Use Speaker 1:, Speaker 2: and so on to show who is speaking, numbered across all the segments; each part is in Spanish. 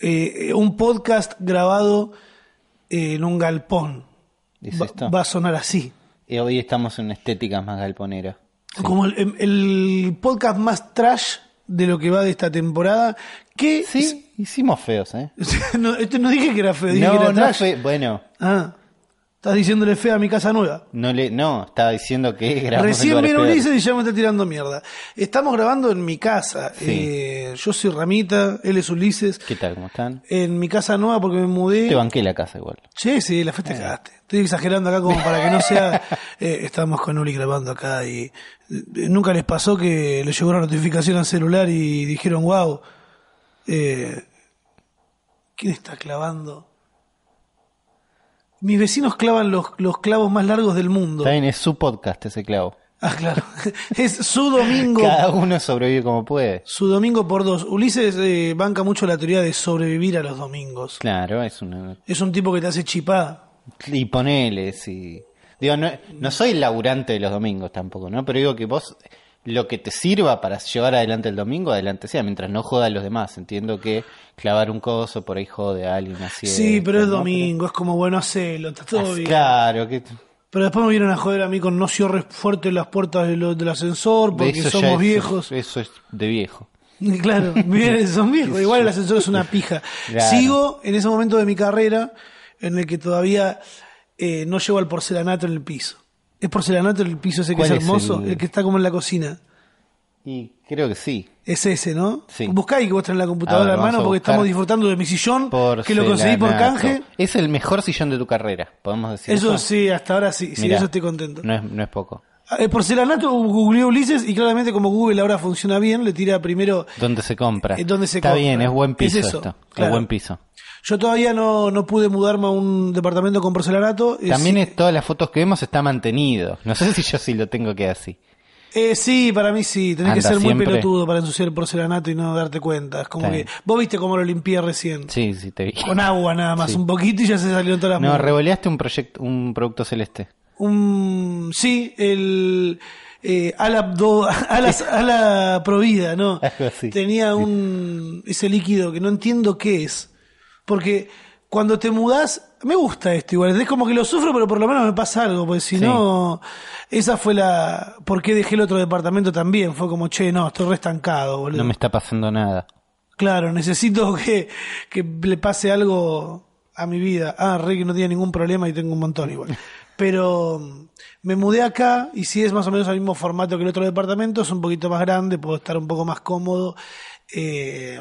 Speaker 1: eh, un podcast grabado eh, en un galpón.
Speaker 2: Dice
Speaker 1: Va,
Speaker 2: esto.
Speaker 1: va a sonar así.
Speaker 2: Y hoy estamos en estéticas más galponeras.
Speaker 1: Como el, em- el podcast más trash de lo que va de esta temporada. Que
Speaker 2: Sí, hicimos feos, ¿eh?
Speaker 1: no, esto no dije que era feo, dije que
Speaker 2: No,
Speaker 1: era
Speaker 2: no
Speaker 1: trash.
Speaker 2: fue. Bueno,
Speaker 1: Ah, estás diciéndole fea a mi casa nueva.
Speaker 2: no le. No, estaba diciendo que grabamos. en
Speaker 1: Recién
Speaker 2: lugares
Speaker 1: vino
Speaker 2: peores.
Speaker 1: Ulises y ya me está tirando mierda. Estamos grabando en mi casa.
Speaker 2: Sí.
Speaker 1: Eh, yo soy Ramita, él es Ulises.
Speaker 2: ¿Qué tal? ¿Cómo están?
Speaker 1: En mi casa nueva porque me mudé.
Speaker 2: Te banqué la casa igual.
Speaker 1: Sí, sí, la fiesta
Speaker 2: Eh.
Speaker 1: cagaste. Estoy exagerando acá como para que no sea. eh, estamos con Uli grabando acá y. eh, Nunca les pasó que les llegó una notificación al celular y dijeron, wow. Eh, ¿Quién está clavando? Mis vecinos clavan los, los clavos más largos del mundo.
Speaker 2: Está bien, es su podcast ese clavo.
Speaker 1: Ah, claro. es su domingo.
Speaker 2: Cada uno sobrevive como puede.
Speaker 1: Su domingo por dos. Ulises eh, banca mucho la teoría de sobrevivir a los domingos.
Speaker 2: Claro, es una.
Speaker 1: Es un tipo que te hace chipá.
Speaker 2: Y ponele, sí. Digo, no, no soy laburante de los domingos tampoco, ¿no? Pero digo que vos, lo que te sirva para llevar adelante el domingo, adelante sea, mientras no joda a los demás. Entiendo que clavar un coso por ahí jode a alguien así.
Speaker 1: Sí, pero es
Speaker 2: ¿no?
Speaker 1: domingo, es como bueno hacerlo, está todo
Speaker 2: Ah,
Speaker 1: bien.
Speaker 2: Claro, que
Speaker 1: Pero después me vieron a joder a mí con no cierres fuerte las puertas de lo- del ascensor
Speaker 2: de
Speaker 1: porque
Speaker 2: eso ya
Speaker 1: somos
Speaker 2: es-
Speaker 1: viejos.
Speaker 2: Eso es de viejo.
Speaker 1: Y Claro, bien, son viejos. Igual el ascensor es una pija.
Speaker 2: Claro.
Speaker 1: Sigo en ese momento de mi carrera en el que todavía eh, no llevo al porcelanato en el piso. ¿Es porcelanato el piso ese que es
Speaker 2: ¿Cuál es
Speaker 1: hermoso?
Speaker 2: el-
Speaker 1: el que está como en la cocina.
Speaker 2: Y creo que sí.
Speaker 1: Es ese, ¿no?
Speaker 2: Sí.
Speaker 1: Buscá ahí que vos tenés la computadora,
Speaker 2: A ver, vamos
Speaker 1: hermano,
Speaker 2: a
Speaker 1: porque
Speaker 2: buscar
Speaker 1: estamos disfrutando de mi sillón, que lo conseguí por
Speaker 2: Porcelanato.
Speaker 1: canje.
Speaker 2: Es el mejor sillón de tu carrera, podemos decir.
Speaker 1: Eso sí, hasta ahora sí, sí,
Speaker 2: Mirá,
Speaker 1: eso estoy contento.
Speaker 2: No es, no es poco.
Speaker 1: Eh, porcelanato googleó Ulises y claramente como Google ahora funciona bien, le tira primero...
Speaker 2: ¿Dónde se compra?
Speaker 1: Eh, ¿dónde se
Speaker 2: Está
Speaker 1: compra?
Speaker 2: bien, es buen piso
Speaker 1: Es eso,
Speaker 2: esto.
Speaker 1: claro.
Speaker 2: Es buen piso.
Speaker 1: Yo todavía no, no pude mudarme a un departamento con porcelanato. eh,
Speaker 2: También
Speaker 1: sí,
Speaker 2: es, todas las fotos que vemos está mantenido. No sé si yo sí lo tengo que así.
Speaker 1: eh, sí, para mí sí, tenés que
Speaker 2: Anda
Speaker 1: ser muy
Speaker 2: siempre.
Speaker 1: pelotudo para ensuciar el porcelanato y no darte cuenta. Es como
Speaker 2: Está
Speaker 1: que...
Speaker 2: bien.
Speaker 1: Vos viste cómo lo limpié recién.
Speaker 2: Sí, sí, te vi.
Speaker 1: Con agua nada más, un poquito y ya se salieron todas las
Speaker 2: No,
Speaker 1: mugres.
Speaker 2: revoleaste un proyecto, un producto celeste.
Speaker 1: un sí el eh, ala, abdo- alas- ala provida no
Speaker 2: Algo así.
Speaker 1: tenía un ese líquido que no entiendo qué es porque cuando te mudás me gusta esto igual es como que lo sufro pero por lo menos me pasa algo porque si
Speaker 2: Sí.
Speaker 1: no esa fue la por qué dejé el otro departamento también fue como che no estoy re estancado boludo
Speaker 2: No me está pasando nada.
Speaker 1: Claro, necesito que, que le pase algo a mi vida. Ah, re que no tiene ningún problema y tengo un montón igual. Pero mm, me mudé acá y si es más o menos el mismo formato que el otro departamento, es un poquito más grande, puedo estar un poco más cómodo. eh,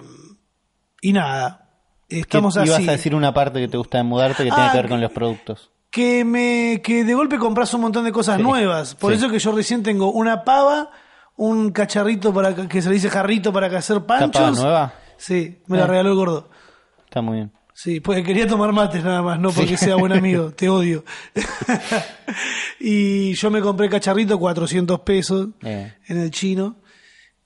Speaker 1: y nada,
Speaker 2: ¿Qué-
Speaker 1: estamos
Speaker 2: ibas
Speaker 1: así.
Speaker 2: a decir una parte que te gusta de mudarte que
Speaker 1: Ah,
Speaker 2: tiene que ver
Speaker 1: que-
Speaker 2: con los productos.
Speaker 1: Que, me, que de golpe compras un montón de cosas
Speaker 2: Sí,
Speaker 1: nuevas. Por
Speaker 2: sí.
Speaker 1: eso que yo recién tengo una pava, un cacharrito para ca- que se le dice jarrito para hacer
Speaker 2: ¿Está pava
Speaker 1: panchos.
Speaker 2: nueva?
Speaker 1: Sí, me la
Speaker 2: Ah.
Speaker 1: regaló el gordo.
Speaker 2: Está muy bien.
Speaker 1: Sí, porque quería tomar mates nada más, no porque sea buen amigo, te odio. y yo me compré cacharrito 400 pesos
Speaker 2: Eh.
Speaker 1: en el chino.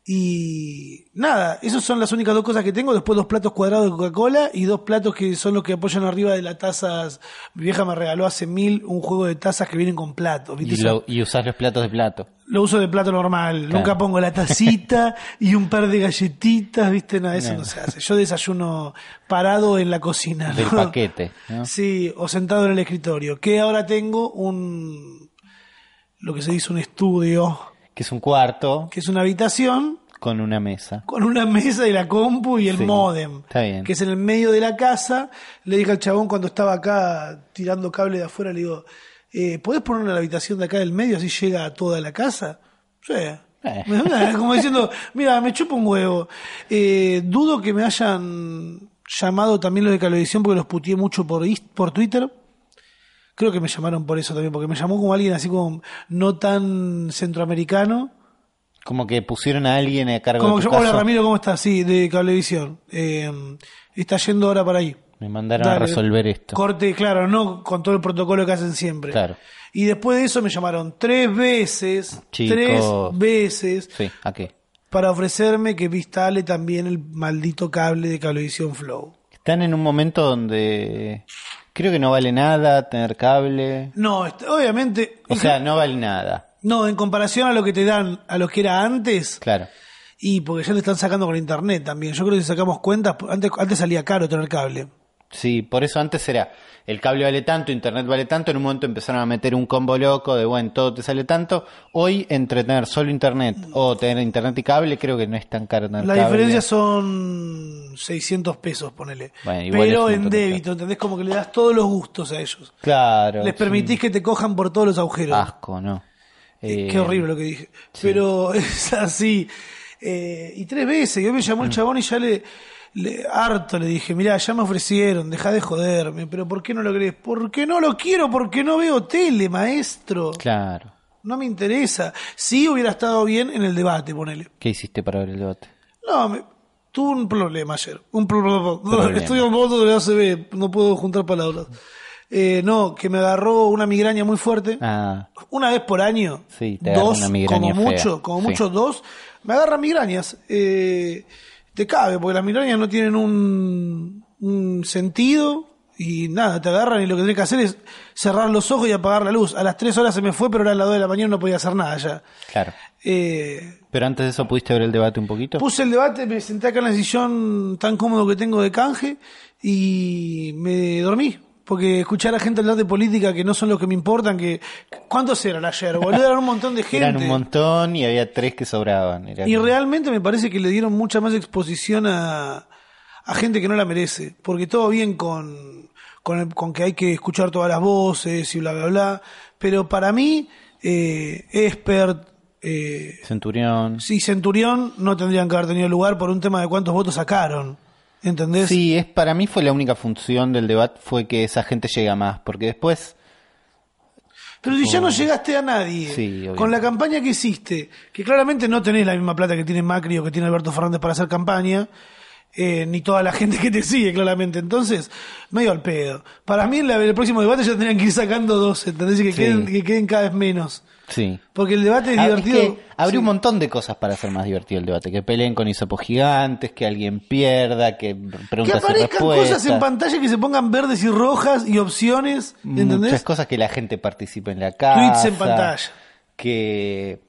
Speaker 1: Y nada, esas son las únicas dos cosas que tengo. Después dos platos cuadrados de Coca-Cola y dos platos que son los que apoyan arriba de las tazas. Mi vieja me regaló hace mil un juego de tazas que vienen con platos. ¿viste?
Speaker 2: Y, lo, y usás los platos de plato.
Speaker 1: Lo uso de plato normal. Nunca pongo la tacita y un par de galletitas, ¿viste? Nada, eso no.
Speaker 2: No.
Speaker 1: se hace. Yo desayuno parado en la cocina.
Speaker 2: Del
Speaker 1: ¿no?
Speaker 2: paquete. ¿no?
Speaker 1: Sí, o sentado en el escritorio. Que ahora tengo un. lo que se dice un estudio,
Speaker 2: Que es un cuarto
Speaker 1: que es una habitación
Speaker 2: con una mesa.
Speaker 1: con una mesa y la compu y el
Speaker 2: Sí,
Speaker 1: modem.
Speaker 2: está bien.
Speaker 1: Que es en el medio de la casa. Le dije al chabón cuando estaba acá tirando cable de afuera, le digo, eh, ¿podés ponerle la habitación de acá del medio así llega a toda la casa? Sí.
Speaker 2: Eh.
Speaker 1: Como diciendo, mira, me chupa un huevo. Eh, dudo que me hayan llamado también los de Cablevisión porque los puteé mucho por, Inst- por Twitter. Creo que me llamaron por eso también, porque me llamó como alguien así como no tan centroamericano.
Speaker 2: Como que pusieron a alguien a cargo
Speaker 1: Como
Speaker 2: de
Speaker 1: que
Speaker 2: tu
Speaker 1: yo, hola
Speaker 2: caso.
Speaker 1: Ramiro, ¿cómo estás? Sí, de Cablevisión. Eh, está yendo ahora para ahí.
Speaker 2: Me mandaron a
Speaker 1: Dale,
Speaker 2: resolver esto.
Speaker 1: Corte, claro, no con todo el protocolo que hacen siempre.
Speaker 2: Claro.
Speaker 1: Y después de eso me llamaron tres veces,
Speaker 2: Chicos.
Speaker 1: tres veces,
Speaker 2: Sí, ¿a qué?
Speaker 1: para ofrecerme que instale también el maldito cable de Cablevisión Flow.
Speaker 2: Están en un momento donde creo que no vale nada tener cable.
Speaker 1: No, est- obviamente,
Speaker 2: O sea, no vale nada.
Speaker 1: no, en comparación a lo que te dan, a lo que era antes,
Speaker 2: Claro.
Speaker 1: Y porque ya le están sacando con internet también. Yo creo que si sacamos cuentas, antes, antes salía caro tener cable.
Speaker 2: Sí, por eso antes era el cable vale tanto, internet vale tanto, en un momento empezaron a meter un combo loco de bueno, todo te sale tanto. Hoy entre tener solo internet o tener internet y cable creo que no es tan caro tener
Speaker 1: La
Speaker 2: cable.
Speaker 1: diferencia son 600 pesos, ponele.
Speaker 2: Bueno, igual
Speaker 1: Pero
Speaker 2: es un
Speaker 1: en
Speaker 2: montón de
Speaker 1: débito, ¿entendés? Como que le das todos los gustos a ellos.
Speaker 2: Claro.
Speaker 1: Les
Speaker 2: sí.
Speaker 1: permitís que te cojan por todos los agujeros.
Speaker 2: asco, no.
Speaker 1: Eh,
Speaker 2: Eh,
Speaker 1: Qué horrible lo que dije. Pero es así. Eh, y tres veces, yo me llamó el
Speaker 2: Mm.
Speaker 1: chabón y ya le, le- harto le dije, mirá, ya me ofrecieron, deja de joderme, pero ¿por qué no lo crees? Porque no lo quiero, porque no veo tele, maestro.
Speaker 2: Eh, Claro.
Speaker 1: No me interesa. Sí hubiera estado bien en el debate, ponele.
Speaker 2: ¿Qué hiciste para ver el debate?
Speaker 1: No, me- tuve un problema ayer. Un
Speaker 2: Problema.
Speaker 1: problema. Estoy en modo de la ACB, no puedo juntar palabras. Eh, no, que me agarró una migraña muy fuerte
Speaker 2: Ah,
Speaker 1: una vez por año,
Speaker 2: Sí, te agarra
Speaker 1: dos,
Speaker 2: una migraña
Speaker 1: como mucho,
Speaker 2: fea.
Speaker 1: como
Speaker 2: Sí.
Speaker 1: mucho dos, me agarran migrañas. Eh, te cabe, porque las migrañas no tienen un, un sentido y nada, te agarran y lo que tenés que hacer es cerrar los ojos y apagar la luz. A las tres horas se me fue, pero eran las dos de la mañana y no podía hacer nada ya.
Speaker 2: claro.
Speaker 1: Eh,
Speaker 2: Pero antes de eso pudiste ver el debate un poquito.
Speaker 1: Puse el debate, me senté acá en la sillón tan cómodo que tengo de canje y me dormí. Porque escuchar a gente hablar de política que no son los que me importan, que... ¿Cuántos eran ayer? Boludo, eran un montón de gente.
Speaker 2: Eran un montón y había tres que sobraban. Era
Speaker 1: Y
Speaker 2: como-
Speaker 1: realmente me parece que le dieron mucha más exposición a, a gente que no la merece. Porque todo bien con, con, el- con que hay que escuchar todas las voces y bla, bla, bla. Pero para mí, eh, expert, eh,
Speaker 2: Centurión.
Speaker 1: Sí, Centurión no tendrían que haber tenido lugar por un tema de cuántos votos sacaron. ¿Entendés?
Speaker 2: Sí, es para mí fue la única función del debate fue que esa gente llega más, porque después
Speaker 1: Pero si ya no llegaste a nadie,
Speaker 2: Sí, obviamente.
Speaker 1: con la campaña que hiciste, que claramente no tenés la misma plata que tiene Macri o que tiene Alberto Fernández para hacer campaña, eh, ni toda la gente que te sigue, claramente. Entonces, medio al pedo. Para mí, en la- el próximo debate ya tendrían que ir sacando dos, ¿entendés? Y que,
Speaker 2: Sí.
Speaker 1: queden, que queden cada vez menos.
Speaker 2: sí.
Speaker 1: Porque el debate es
Speaker 2: Ah,
Speaker 1: divertido.
Speaker 2: es que habría
Speaker 1: Sí.
Speaker 2: un montón de cosas para hacer más divertido el debate, que peleen con hisopos gigantes, que alguien pierda, que
Speaker 1: que
Speaker 2: preguntas y
Speaker 1: aparezcan cosas en
Speaker 2: respuestas,
Speaker 1: pantalla que se pongan verdes y rojas y opciones, ¿entendés?
Speaker 2: muchas cosas que la gente participe en la casa,
Speaker 1: Tweets en pantalla.
Speaker 2: que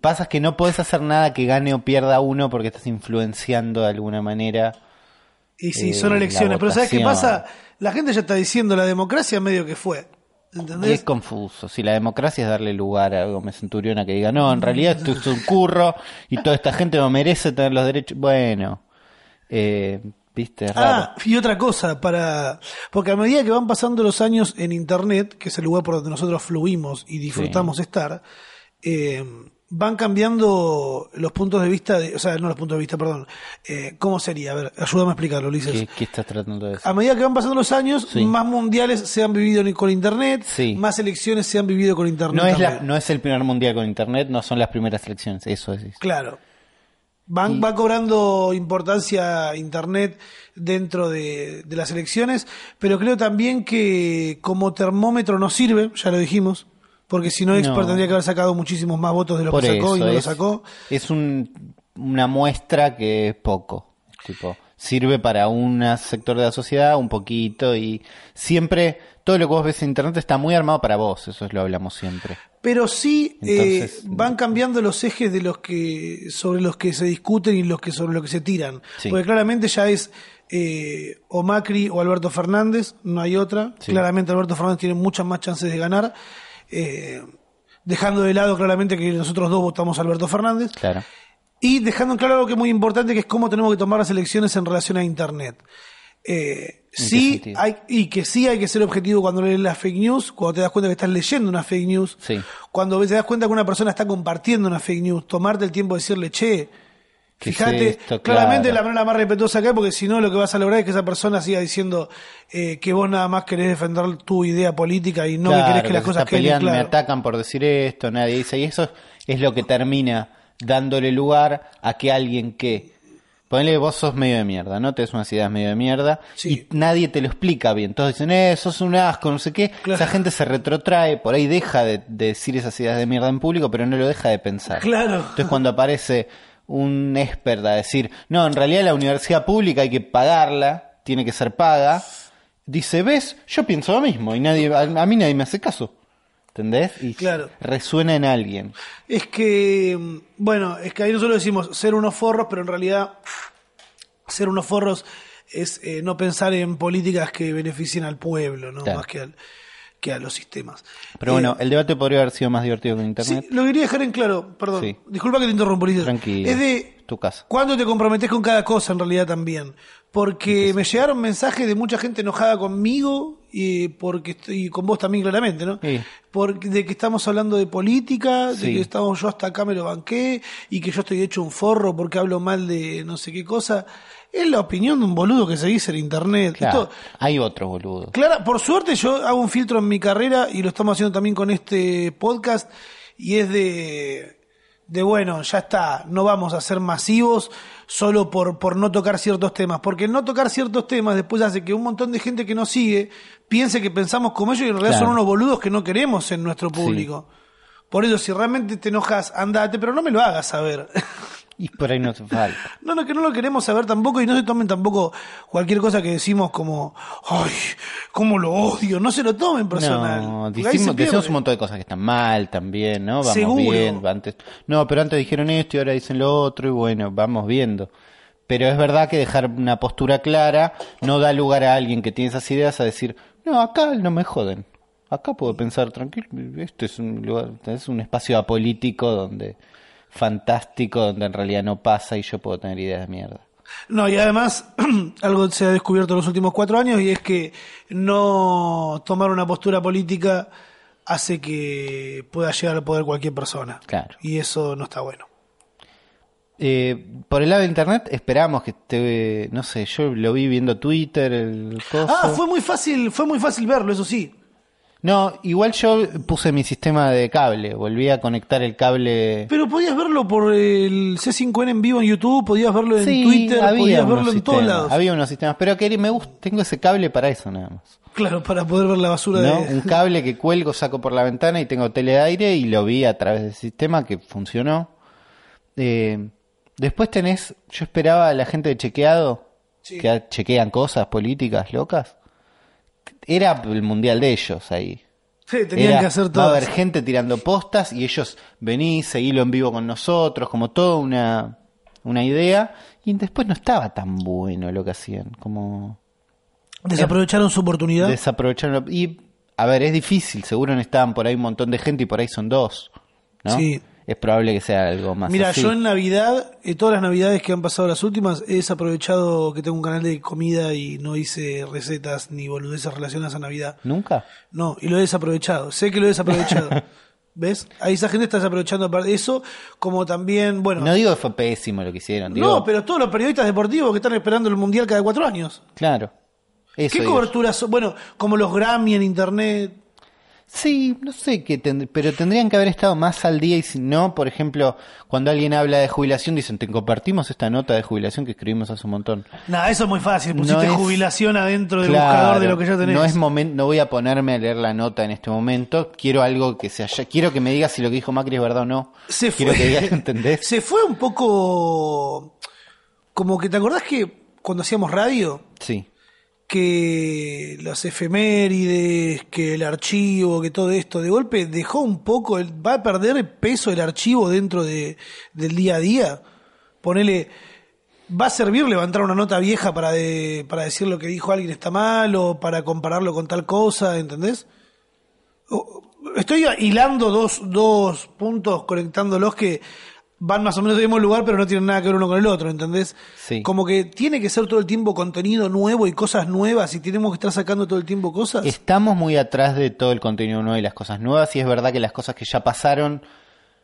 Speaker 2: pasas que no podés hacer nada que gane o pierda uno porque estás influenciando de alguna manera.
Speaker 1: Y sí,
Speaker 2: eh,
Speaker 1: son elecciones.
Speaker 2: la
Speaker 1: Pero ¿sabes qué
Speaker 2: votación.
Speaker 1: pasa? La gente ya está diciendo la democracia medio que fue.
Speaker 2: Y es
Speaker 1: ¿Entendés?
Speaker 2: confuso. Si la democracia es darle lugar a Gómez Centurión a que diga, no, en realidad esto es un curro y toda esta gente no merece tener los derechos. Bueno, eh, viste, es raro.
Speaker 1: Ah, y otra cosa, para. Porque a medida que van pasando los años en Internet, que es el lugar por donde nosotros fluimos y disfrutamos estar, eh, van cambiando los puntos de vista. De... O sea, no los puntos de vista, perdón. Eh, ¿Cómo sería? A ver, ayúdame a explicarlo, Ulises.
Speaker 2: ¿Qué, qué estás tratando de decir?
Speaker 1: A medida que van pasando los años,
Speaker 2: Sí.
Speaker 1: más mundiales se han vivido con Internet,
Speaker 2: Sí.
Speaker 1: más elecciones se han vivido con Internet.
Speaker 2: No es, la-
Speaker 1: también.
Speaker 2: no es el primer mundial con internet, no son las primeras elecciones, eso es.
Speaker 1: Claro. Van,
Speaker 2: Y-
Speaker 1: va cobrando importancia Internet dentro de, de las elecciones, pero creo también que como termómetro no sirve, ya lo dijimos, porque si no, Expert
Speaker 2: No.
Speaker 1: tendría que haber sacado muchísimos más votos de los
Speaker 2: Por
Speaker 1: que sacó
Speaker 2: eso,
Speaker 1: y no lo
Speaker 2: es,
Speaker 1: sacó.
Speaker 2: es un- una muestra que es poco. Tipo, sirve para un sector de la sociedad un poquito y siempre todo lo que vos ves en internet está muy armado para vos, eso es lo hablamos siempre.
Speaker 1: Pero sí eh,
Speaker 2: Entonces-
Speaker 1: van cambiando los ejes de los que sobre los que se discuten y los que sobre los que se tiran.
Speaker 2: Sí.
Speaker 1: Porque claramente ya es eh, o Macri o Alberto Fernández, no hay otra.
Speaker 2: Sí.
Speaker 1: Claramente Alberto Fernández tiene muchas más chances de ganar. eh, dejando de lado claramente que nosotros dos votamos a Alberto Fernández.
Speaker 2: Claro.
Speaker 1: Y dejando en claro algo que es muy importante, que es cómo tenemos que tomar las elecciones en relación a Internet. Eh,
Speaker 2: qué
Speaker 1: sí,
Speaker 2: sentido?
Speaker 1: hay, y que sí hay que ser objetivo cuando lees las fake news, cuando te das cuenta que estás leyendo una fake news,
Speaker 2: Sí.
Speaker 1: cuando te das cuenta que una persona está compartiendo una fake news, tomarte el tiempo de decirle, che,
Speaker 2: ¿Qué es
Speaker 1: fíjate,
Speaker 2: esto?
Speaker 1: claramente la
Speaker 2: Claro.
Speaker 1: manera más respetuosa acá, porque si no lo que vas a lograr es que esa persona siga diciendo eh, que vos nada más querés defender tu idea política y no que
Speaker 2: Claro,
Speaker 1: querés que las
Speaker 2: se
Speaker 1: cosas
Speaker 2: está
Speaker 1: queden
Speaker 2: peleando, Me
Speaker 1: claras.
Speaker 2: atacan por decir esto, nadie dice. Y eso es lo que termina dándole lugar a que alguien que. Ponele, vos sos medio de mierda, ¿no? Tenés unas ideas medio de mierda
Speaker 1: Sí.
Speaker 2: y nadie te lo explica bien. Todos dicen, eh, sos un asco, no sé qué.
Speaker 1: Claro.
Speaker 2: Esa gente se retrotrae, por ahí deja de, de decir esas ideas de mierda en público, pero no lo deja de pensar.
Speaker 1: Claro.
Speaker 2: Entonces cuando aparece un expert a decir, no, en realidad la universidad pública hay que pagarla, tiene que ser paga, dice, ves, yo pienso lo mismo y nadie, a, a mí nadie me hace caso. ¿Entendés? Y
Speaker 1: Claro.
Speaker 2: resuena en alguien.
Speaker 1: Es que, mm, bueno, es que ahí nosotros decimos ser unos forros, pero en realidad ser unos forros es eh, no pensar en políticas que beneficien al pueblo, ¿no?
Speaker 2: Claro.
Speaker 1: Más que, al- que a los sistemas.
Speaker 2: Pero
Speaker 1: Eh,
Speaker 2: bueno, el debate podría haber sido más divertido que en internet.
Speaker 1: sí, lo quería dejar en claro, perdón.
Speaker 2: Sí.
Speaker 1: Disculpa que te interrumpo, Ulises.
Speaker 2: Tranquilo.
Speaker 1: Es de
Speaker 2: Tu casa.
Speaker 1: cuándo te comprometes con cada cosa en realidad también. Porque me llegaron mensajes de mucha gente enojada conmigo y porque estoy y con vos también claramente, ¿no?
Speaker 2: Sí.
Speaker 1: Porque de que estamos hablando de política, de
Speaker 2: Sí.
Speaker 1: que estamos yo hasta acá me lo banqué y que yo estoy hecho un forro porque hablo mal de no sé qué cosa. Es la opinión de un boludo que se dice en internet.
Speaker 2: Claro,
Speaker 1: Esto-
Speaker 2: hay otro boludo.
Speaker 1: Clara, por suerte yo hago un filtro en mi carrera y lo estamos haciendo también con este podcast y es de, de bueno, ya está, no vamos a ser masivos solo por, por no tocar ciertos temas, porque el no tocar ciertos temas después hace que un montón de gente que nos sigue piense que pensamos como ellos y en realidad
Speaker 2: Claro.
Speaker 1: son unos boludos que no queremos en nuestro público. Por eso, si realmente te enojas, andate, pero no me lo hagas saber.
Speaker 2: Y por ahí no hace falta.
Speaker 1: No, no, que no lo queremos saber tampoco y no se tomen tampoco cualquier cosa que decimos como, ay, cómo lo odio, no se lo tomen personal.
Speaker 2: No,
Speaker 1: Porque ahí se
Speaker 2: decimos,
Speaker 1: pierde.
Speaker 2: decimos un montón de cosas que están mal también, ¿no? Vamos
Speaker 1: Seguro.
Speaker 2: bien. Antes, no, pero antes dijeron esto y ahora dicen lo otro y bueno, vamos viendo. Pero es verdad que dejar una postura clara no da lugar a alguien que tiene esas ideas a decir, no, acá no me joden. Acá puedo pensar tranquilo, este es un lugar, es un espacio apolítico donde fantástico, donde en realidad no pasa y yo puedo tener ideas de mierda.
Speaker 1: No, y además, algo se ha descubierto en los últimos cuatro años y es que no tomar una postura política hace que pueda llegar al poder cualquier persona.
Speaker 2: Claro.
Speaker 1: Y eso no está bueno.
Speaker 2: Eh, por el lado de internet esperamos que esté, no sé, yo lo vi viendo Twitter, el coso.
Speaker 1: Ah, fue muy fácil, fue muy fácil verlo, eso sí.
Speaker 2: No, igual yo puse mi sistema de cable, volví a conectar el cable.
Speaker 1: Pero podías verlo por el C5N en vivo en YouTube, podías verlo en
Speaker 2: Sí,
Speaker 1: Twitter, podías
Speaker 2: unos
Speaker 1: verlo en todos
Speaker 2: sistemas,
Speaker 1: lados.
Speaker 2: Había unos sistemas, pero que me gusta, tengo ese cable para eso nada más.
Speaker 1: Claro, para poder ver la basura
Speaker 2: ¿no?
Speaker 1: de...
Speaker 2: Un cable que cuelgo, saco por la ventana y tengo tele de aire y lo vi a través del sistema que funcionó. Eh, después tenés, yo esperaba a la gente de chequeado,
Speaker 1: Sí.
Speaker 2: que chequean cosas políticas locas. Era el mundial de ellos ahí.
Speaker 1: Sí, tenían
Speaker 2: Era,
Speaker 1: que hacer
Speaker 2: Va a
Speaker 1: todo.
Speaker 2: haber gente tirando postas y ellos venís, seguilo en vivo con nosotros, como toda una, una idea. Y después no estaba tan bueno lo que hacían, como
Speaker 1: Desaprovecharon su oportunidad.
Speaker 2: desaprovecharon. Y, a ver, es difícil, seguro estaban por ahí un montón de gente y por ahí son dos, ¿no?
Speaker 1: Sí.
Speaker 2: Es probable que sea algo más
Speaker 1: Mira,
Speaker 2: así.
Speaker 1: yo en Navidad, eh, todas las Navidades que han pasado las últimas, he desaprovechado que tengo un canal de comida y no hice recetas ni boludeces relacionadas a Navidad.
Speaker 2: ¿Nunca?
Speaker 1: No, y lo he desaprovechado. Sé que lo he desaprovechado. ¿Ves? Ahí esa gente está desaprovechando aparte eso, como también, bueno...
Speaker 2: No digo que fue pésimo lo que hicieron, digo...
Speaker 1: no, pero todos los periodistas deportivos que están esperando el Mundial cada cuatro años.
Speaker 2: Claro. Eso
Speaker 1: ¿Qué
Speaker 2: digo yo.
Speaker 1: coberturas son? Bueno, como los Grammy en Internet.
Speaker 2: Sí, no sé qué, tend- pero tendrían que haber estado más al día y si no, por ejemplo, cuando alguien habla de jubilación, dicen, te compartimos esta nota de jubilación que escribimos hace un montón.
Speaker 1: Nada, eso es muy fácil.
Speaker 2: No
Speaker 1: Pusiste
Speaker 2: es-
Speaker 1: jubilación adentro del
Speaker 2: Claro,
Speaker 1: buscador de lo que ya tenés.
Speaker 2: No es momento, no voy a ponerme a leer la nota en este momento. Quiero algo que sea, ya- quiero que me digas si lo que dijo Macri es verdad o no.
Speaker 1: Se fue.
Speaker 2: quiero que digas, ¿entendés?
Speaker 1: Se fue un poco. Como que te acordás que cuando hacíamos radio,
Speaker 2: Sí.
Speaker 1: que las efemérides, que el archivo, que todo esto, de golpe dejó un poco, el- va a perder el peso el archivo dentro de, del día a día. Ponele, ¿va a servir levantar una nota vieja para, de- para decir lo que dijo alguien está mal o para compararlo con tal cosa, ¿entendés? O- Estoy hilando dos, dos puntos, conectándolos que van más o menos al mismo lugar, pero no tienen nada que ver uno con el otro, ¿entendés?
Speaker 2: Sí.
Speaker 1: Como que tiene que ser todo el tiempo contenido nuevo y cosas nuevas, y tenemos que estar sacando todo el tiempo cosas.
Speaker 2: Estamos muy atrás de todo el contenido nuevo y las cosas nuevas, y es verdad que las cosas que ya pasaron,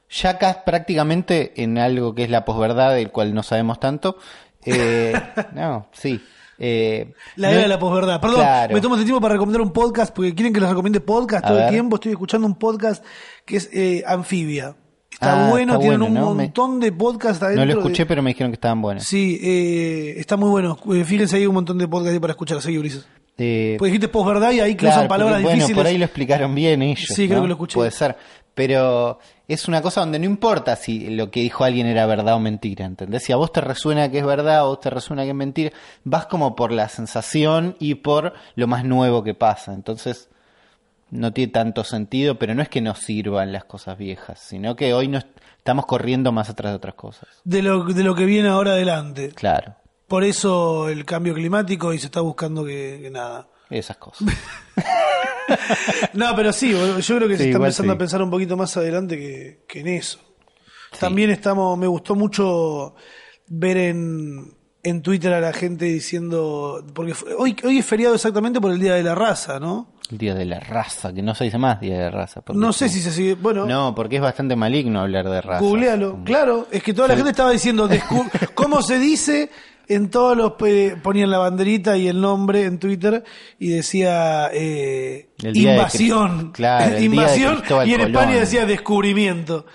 Speaker 2: ya acá prácticamente en algo que es la posverdad, del cual no sabemos tanto. eh, no, sí. eh,
Speaker 1: La
Speaker 2: no-
Speaker 1: era de la posverdad. Perdón,
Speaker 2: Claro.
Speaker 1: me tomo este tiempo para recomendar un podcast, porque quieren que les recomiende podcast
Speaker 2: A
Speaker 1: todo el
Speaker 2: ver.
Speaker 1: tiempo. Estoy escuchando un podcast que es eh, Anfibia. Está
Speaker 2: Ah,
Speaker 1: bueno,
Speaker 2: está
Speaker 1: tienen
Speaker 2: bueno,
Speaker 1: un
Speaker 2: ¿no? Me-
Speaker 1: montón de podcasts adentro.
Speaker 2: No lo
Speaker 1: de-
Speaker 2: escuché, pero me dijeron que estaban buenas.
Speaker 1: Sí, eh, está muy bueno. Eh, Fíjense ahí un montón de podcasts ahí para escuchar. Seguí, Ulises.
Speaker 2: Eh,
Speaker 1: Pues dijiste posverdad y ahí que
Speaker 2: claro,
Speaker 1: usan palabras
Speaker 2: porque, bueno,
Speaker 1: difíciles.
Speaker 2: por ahí lo explicaron bien ellos.
Speaker 1: Sí, creo
Speaker 2: ¿no?
Speaker 1: que lo escuché.
Speaker 2: Puede ser. Pero es una cosa donde no importa si lo que dijo alguien era verdad o mentira, ¿entendés? Si a vos te resuena que es verdad o a vos te resuena que es mentira, vas como por la sensación y por lo más nuevo que pasa. Entonces, no tiene tanto sentido, pero no es que nos sirvan las cosas viejas, sino que hoy no est- estamos corriendo más atrás de otras cosas.
Speaker 1: de lo, de lo que viene ahora adelante.
Speaker 2: Claro,
Speaker 1: Por eso el cambio climático y se está buscando que, que nada.
Speaker 2: esas cosas.
Speaker 1: No, pero sí, boludo, yo creo que
Speaker 2: Sí,
Speaker 1: se está
Speaker 2: igual
Speaker 1: empezando
Speaker 2: sí.
Speaker 1: a pensar un poquito más adelante que, que en eso. También estamos, me gustó mucho ver en, en Twitter a la gente diciendo, porque fue- hoy, hoy es feriado exactamente por el Día de la Raza, ¿no?
Speaker 2: El Día de la Raza, que no se dice más Día de la Raza. porque-
Speaker 1: No sé si se sigue, bueno,
Speaker 2: No, porque es bastante maligno hablar de raza.
Speaker 1: googlealo. Claro, es que toda la gente estaba diciendo, descu- ¿cómo se dice? En todos los, eh, ponían la banderita y el nombre en Twitter y decía eh,
Speaker 2: El día de
Speaker 1: invasión.
Speaker 2: Crist- claro, el día de
Speaker 1: invasión
Speaker 2: Cristóbal
Speaker 1: y en España
Speaker 2: Colón.
Speaker 1: decía descubrimiento.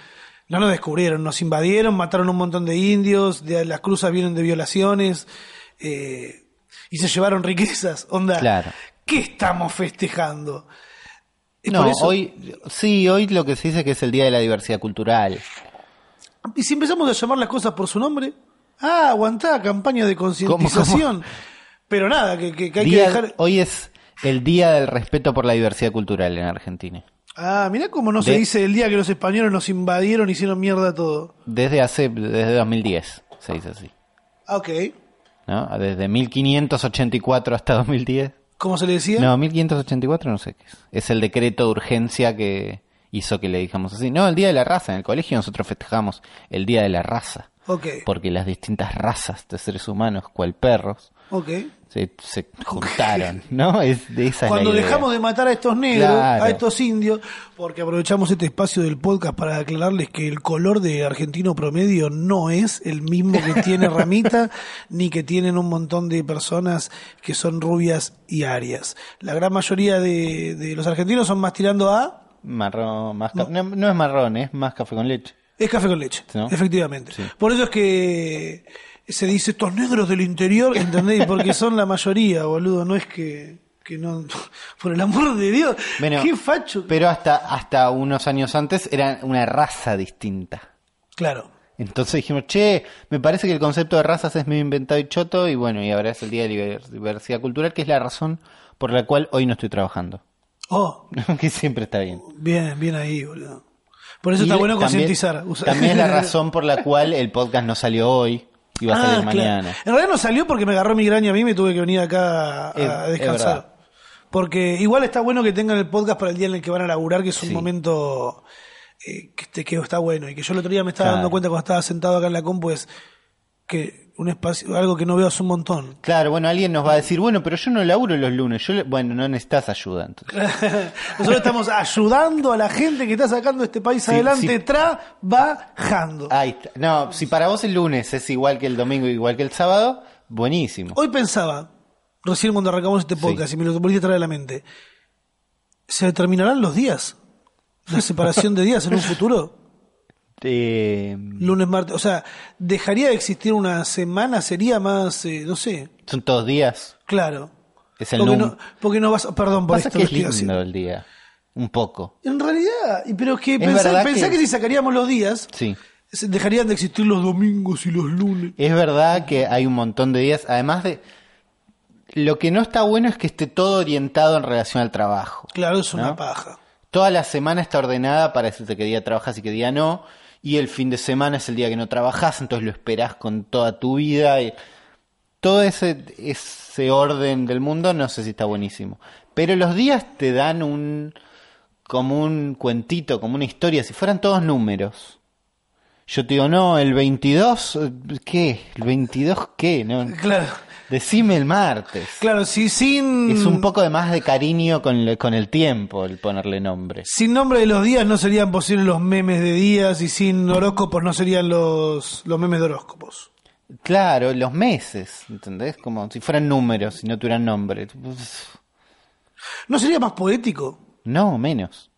Speaker 1: No nos descubrieron, nos invadieron, mataron un montón de indios, de, las cruzas vienen de violaciones eh, y se llevaron riquezas. Onda,
Speaker 2: Claro.
Speaker 1: ¿qué estamos festejando? Y
Speaker 2: No,
Speaker 1: por eso-
Speaker 2: hoy, sí, hoy lo que se dice que es el Día de la Diversidad Cultural.
Speaker 1: Y si empezamos a llamar las cosas por su nombre, ah, aguantá, campaña de concientización. Pero nada, que, que- que hay
Speaker 2: Día-
Speaker 1: que dejar.
Speaker 2: Hoy es el Día del Respeto por la Diversidad Cultural en Argentina.
Speaker 1: Ah, mirá cómo no se
Speaker 2: De-
Speaker 1: dice el día que los españoles nos invadieron, hicieron mierda todo.
Speaker 2: Desde hace, desde 2010 se dice así.
Speaker 1: Ah, ok.
Speaker 2: ¿no? Desde 1584 hasta 2010.
Speaker 1: ¿Cómo se le decía?
Speaker 2: No, 1584 no sé qué es. Es el decreto de urgencia que hizo que le dijamos así. No, el Día de la Raza. En el colegio nosotros festejamos el Día de la Raza.
Speaker 1: Ok.
Speaker 2: Porque las distintas razas de seres humanos, cual perros,
Speaker 1: Ok.
Speaker 2: se, se juntaron, ¿no? Es, de esa es la
Speaker 1: Cuando
Speaker 2: idea.
Speaker 1: dejamos de matar a estos negros,
Speaker 2: Claro.
Speaker 1: a estos indios, porque aprovechamos este espacio del podcast para aclararles que el color de argentino promedio no es el mismo que tiene Ramita, ni que tienen un montón de personas que son rubias y arias. La gran mayoría de, de los argentinos son más tirando a...
Speaker 2: Marrón, más ca- no. no es marrón, es más café con leche.
Speaker 1: Es café con leche,
Speaker 2: ¿No?
Speaker 1: efectivamente. Por eso es que se dice estos negros del interior, ¿entendéis? Porque son la mayoría, boludo, no es que... Que no, por el amor de Dios,
Speaker 2: Bueno,
Speaker 1: qué facho.
Speaker 2: Pero hasta, hasta unos años antes era una raza distinta.
Speaker 1: Claro.
Speaker 2: Entonces dijimos, che, me parece que el concepto de razas es medio inventado y choto, y bueno, y ahora es el Día de Liber- Diversidad Cultural, que es la razón por la cual hoy no estoy trabajando.
Speaker 1: Oh,
Speaker 2: que siempre está bien.
Speaker 1: bien, bien ahí, boludo. Por eso
Speaker 2: Y
Speaker 1: está bueno
Speaker 2: también-
Speaker 1: concientizar. Usa-
Speaker 2: También es la razón por la cual el podcast no salió hoy, y va a
Speaker 1: Ah,
Speaker 2: salir
Speaker 1: claro.
Speaker 2: mañana.
Speaker 1: En realidad no salió porque me agarró migraña a mí y me tuve que venir acá a, a
Speaker 2: Es- es verdad.
Speaker 1: descansar. Porque igual está bueno que tengan el podcast para el día en el que van a laburar, que es un
Speaker 2: Sí.
Speaker 1: momento eh, que, te- que está bueno. Y que yo el otro día me estaba
Speaker 2: Claro.
Speaker 1: dando cuenta cuando estaba sentado acá en la compu es que un espacio, algo que no veo hace un montón.
Speaker 2: Claro, bueno, alguien nos
Speaker 1: Mm.
Speaker 2: va a decir, bueno, pero yo no laburo los lunes, yo, le- bueno, no necesitas ayuda. entonces.
Speaker 1: Nosotros estamos ayudando a la gente que está sacando este país
Speaker 2: Sí,
Speaker 1: adelante,
Speaker 2: sí.
Speaker 1: trabajando.
Speaker 2: Ahí está. No, si para vos el lunes es igual que el domingo, igual que el sábado, buenísimo.
Speaker 1: Hoy pensaba, recién cuando arrancamos este podcast, y me lo volviste a traer a la mente, ¿se determinarán los días? ¿La separación de días en un futuro?
Speaker 2: Eh,
Speaker 1: Lunes, martes, o sea, ¿dejaría de existir una semana? ¿Sería más, eh, no sé,
Speaker 2: son todos días.
Speaker 1: claro?
Speaker 2: Es el
Speaker 1: porque,
Speaker 2: nun-
Speaker 1: no, porque no vas, perdón por
Speaker 2: Pasa
Speaker 1: esto
Speaker 2: que
Speaker 1: que
Speaker 2: es
Speaker 1: estoy
Speaker 2: lindo
Speaker 1: haciendo.
Speaker 2: el día. Un poco.
Speaker 1: En realidad, y- pero es que
Speaker 2: Es
Speaker 1: pensá,
Speaker 2: verdad
Speaker 1: pensá
Speaker 2: que-
Speaker 1: que... si sacaríamos los días,
Speaker 2: Sí.
Speaker 1: se- dejarían de existir los domingos y los lunes.
Speaker 2: Es verdad que hay un montón de días. Además de. Lo que no está bueno es que esté todo orientado en relación al trabajo.
Speaker 1: Claro, es una
Speaker 2: ¿No?
Speaker 1: paja.
Speaker 2: Toda la semana está ordenada para decirte qué día trabajas y qué día no. Y el fin de semana es el día que no trabajas, entonces lo esperás con toda tu vida. y- Todo ese, ese orden del mundo no sé si está buenísimo. Pero los días te dan un. como un cuentito, como una historia. Si fueran todos números. Yo te digo, no, el 22, eh, ¿qué? ¿El 22 qué? No,
Speaker 1: Claro,
Speaker 2: decime el martes.
Speaker 1: claro, si sin...
Speaker 2: Es un poco de más de cariño con, le- con el tiempo el ponerle nombre.
Speaker 1: Sin nombre de los días no serían posibles los memes de días y sin horóscopos no serían los, los memes de horóscopos.
Speaker 2: Claro, los meses, ¿entendés? Como si fueran números y no tuvieran nombre. Uf,
Speaker 1: No sería más poético,
Speaker 2: No, menos.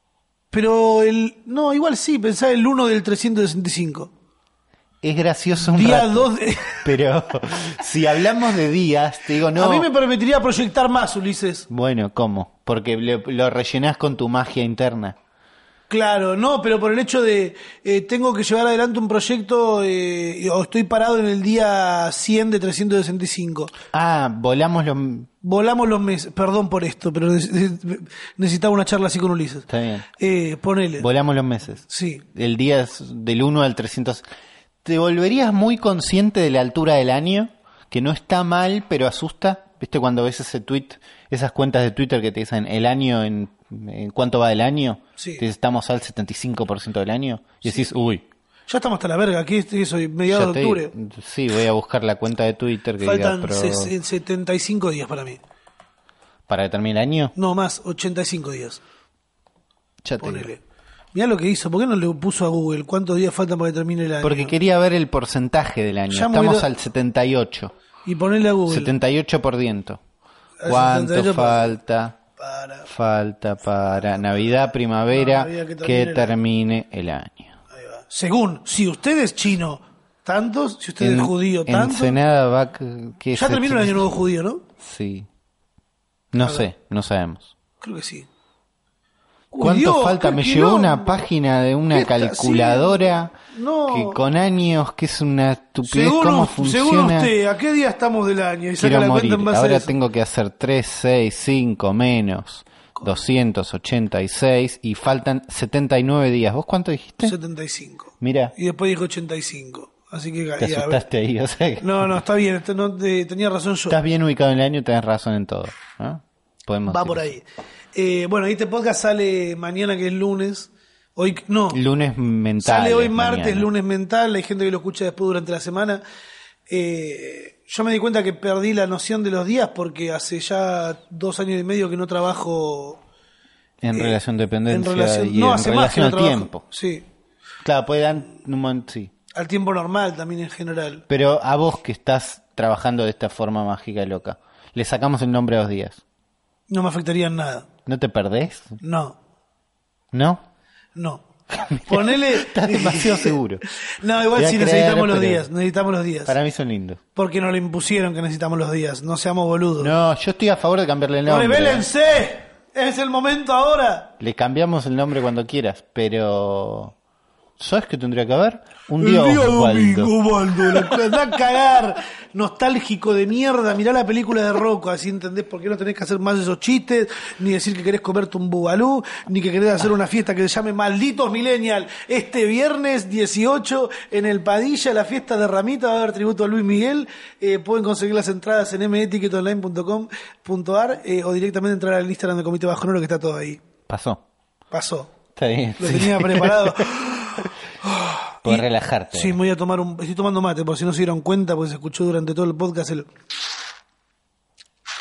Speaker 1: pero el... No, igual sí, pensá el 1 del 365.
Speaker 2: Es gracioso un
Speaker 1: Día
Speaker 2: rato,
Speaker 1: 2 de...
Speaker 2: Pero si hablamos de días, te digo, no.
Speaker 1: A mí me permitiría proyectar más, Ulises.
Speaker 2: Bueno, ¿cómo? Porque lo, lo rellenás con tu magia interna.
Speaker 1: Claro, no, pero por el hecho de eh, tengo que llevar adelante un proyecto eh, o estoy parado en el día 100 de 365.
Speaker 2: Ah, volamos los...
Speaker 1: Volamos los meses, perdón por esto, pero neces- necesitaba una charla así con Ulises.
Speaker 2: Está bien.
Speaker 1: Eh, ponele.
Speaker 2: Volamos los meses.
Speaker 1: sí.
Speaker 2: El día es del 1 al 300. ¿Te volverías muy consciente de la altura del año? Que no está mal, pero asusta. ¿Viste cuando ves ese tweet, esas cuentas de Twitter que te dicen el año en, en cuánto va del año?
Speaker 1: Sí.
Speaker 2: Te dicen, estamos al 75% del año. Y decís, uy.
Speaker 1: Ya estamos hasta la verga, aquí estoy, soy
Speaker 2: ya
Speaker 1: mediados de
Speaker 2: estoy-
Speaker 1: octubre.
Speaker 2: sí, voy a buscar la cuenta de Twitter que
Speaker 1: Faltan
Speaker 2: diga, pero-
Speaker 1: ses- 75 días para mí.
Speaker 2: para que termine el año.
Speaker 1: No, más, 85 días.
Speaker 2: Ya te digo.
Speaker 1: Ponele. Mirá lo que hizo, ¿por qué no le puso a Google cuántos días faltan para que termine el año?
Speaker 2: Porque quería ver el porcentaje del año.
Speaker 1: Ya me
Speaker 2: Estamos
Speaker 1: hubiera-
Speaker 2: al 78.
Speaker 1: Y ponele a Google.
Speaker 2: 78 por ciento.
Speaker 1: Al
Speaker 2: ¿Cuánto
Speaker 1: 78%?
Speaker 2: falta?
Speaker 1: Para.
Speaker 2: Falta para Navidad, primavera,
Speaker 1: Navidad,
Speaker 2: que
Speaker 1: Ah, que
Speaker 2: termine,
Speaker 1: termine
Speaker 2: el año.
Speaker 1: Ahí va. Según, si usted es chino, tantos, si usted
Speaker 2: En-
Speaker 1: es judío, tantos.
Speaker 2: Ensenada va c- que
Speaker 1: Ya
Speaker 2: se-
Speaker 1: terminó el año nuevo judío, ¿no?
Speaker 2: Sí. No sé, no sabemos.
Speaker 1: Creo que sí. Uy,
Speaker 2: ¿Cuánto
Speaker 1: Dios,
Speaker 2: falta?
Speaker 1: qué
Speaker 2: Me llegó
Speaker 1: quilombo.
Speaker 2: una página de una
Speaker 1: Esta, sí.
Speaker 2: calculadora
Speaker 1: No.
Speaker 2: que con años, que es una estupidez,
Speaker 1: Según,
Speaker 2: cómo
Speaker 1: us- según
Speaker 2: funciona.
Speaker 1: usted, ¿a qué día estamos del año? Y saca
Speaker 2: Quiero
Speaker 1: la
Speaker 2: morir.
Speaker 1: cuenta en base a
Speaker 2: Ahora
Speaker 1: eso.
Speaker 2: tengo que hacer 3, 6, 5 menos 286 y faltan 79 días. ¿Vos cuánto dijiste?
Speaker 1: 75.
Speaker 2: Mira,
Speaker 1: Y después dijo 85. Así que
Speaker 2: te
Speaker 1: caía.
Speaker 2: asustaste ahí. O sea, que
Speaker 1: No, no, está bien. este no, te- tenía razón yo.
Speaker 2: estás bien ubicado en el año, tenés razón en todo. ¿no? Podemos
Speaker 1: Va
Speaker 2: decir
Speaker 1: por
Speaker 2: eso.
Speaker 1: ahí. Eh, bueno, este podcast sale mañana, que es lunes. Hoy, no.
Speaker 2: Lunes mental.
Speaker 1: Sale hoy martes,
Speaker 2: mañana.
Speaker 1: lunes mental, hay gente que lo escucha después durante la semana. Eh, yo me di cuenta que perdí la noción de los días porque hace ya dos años y medio que no trabajo
Speaker 2: En
Speaker 1: eh,
Speaker 2: relación a dependencia
Speaker 1: en relación,
Speaker 2: y
Speaker 1: no,
Speaker 2: en
Speaker 1: hace más que
Speaker 2: relación
Speaker 1: no
Speaker 2: al
Speaker 1: trabajo.
Speaker 2: tiempo.
Speaker 1: Sí,
Speaker 2: Claro, puede dar un montón, sí.
Speaker 1: al tiempo normal también en general.
Speaker 2: Pero a vos que estás trabajando de esta forma mágica y loca, le sacamos el nombre a dos días.
Speaker 1: No me afectaría en nada.
Speaker 2: ¿No te perdés?
Speaker 1: No,
Speaker 2: ¿No?
Speaker 1: no. Ponele.
Speaker 2: Estás demasiado seguro.
Speaker 1: No,
Speaker 2: Te
Speaker 1: igual
Speaker 2: voy a
Speaker 1: sí
Speaker 2: creer,
Speaker 1: necesitamos los
Speaker 2: pero-
Speaker 1: días. Necesitamos los días.
Speaker 2: Para mí son lindos.
Speaker 1: Porque nos lo impusieron que necesitamos los días. No seamos boludos.
Speaker 2: No, yo estoy a favor de cambiarle el nombre.
Speaker 1: ¡Revélense! ¡Es el momento ahora!
Speaker 2: Le cambiamos el nombre cuando quieras, pero. ¿Sabes qué tendría que haber? Un día,
Speaker 1: el día
Speaker 2: Osvaldo.
Speaker 1: domingo, Osvaldo. La anda a cagar. Nostálgico de mierda. Mirá la película de Rocco. Así entendés por qué no tenés que hacer más esos chistes. Ni decir que querés comerte un bubalú. Ni que querés hacer una fiesta que se llame Malditos Millennial. Este viernes 18 en el Padilla, la fiesta de Ramita. Va a haber tributo a Luis Miguel. Eh, pueden conseguir las entradas en metiquetonline.com.ar eh, o directamente entrar al Instagram del Comité Bajo Nero que está todo ahí.
Speaker 2: Pasó.
Speaker 1: Pasó.
Speaker 2: Está bien.
Speaker 1: Lo
Speaker 2: sí.
Speaker 1: tenía preparado.
Speaker 2: Podés
Speaker 1: Y-
Speaker 2: relajarte.
Speaker 1: Sí, me voy a tomar un. Estoy tomando mate, por si no se dieron cuenta, porque se escuchó durante todo el podcast. El...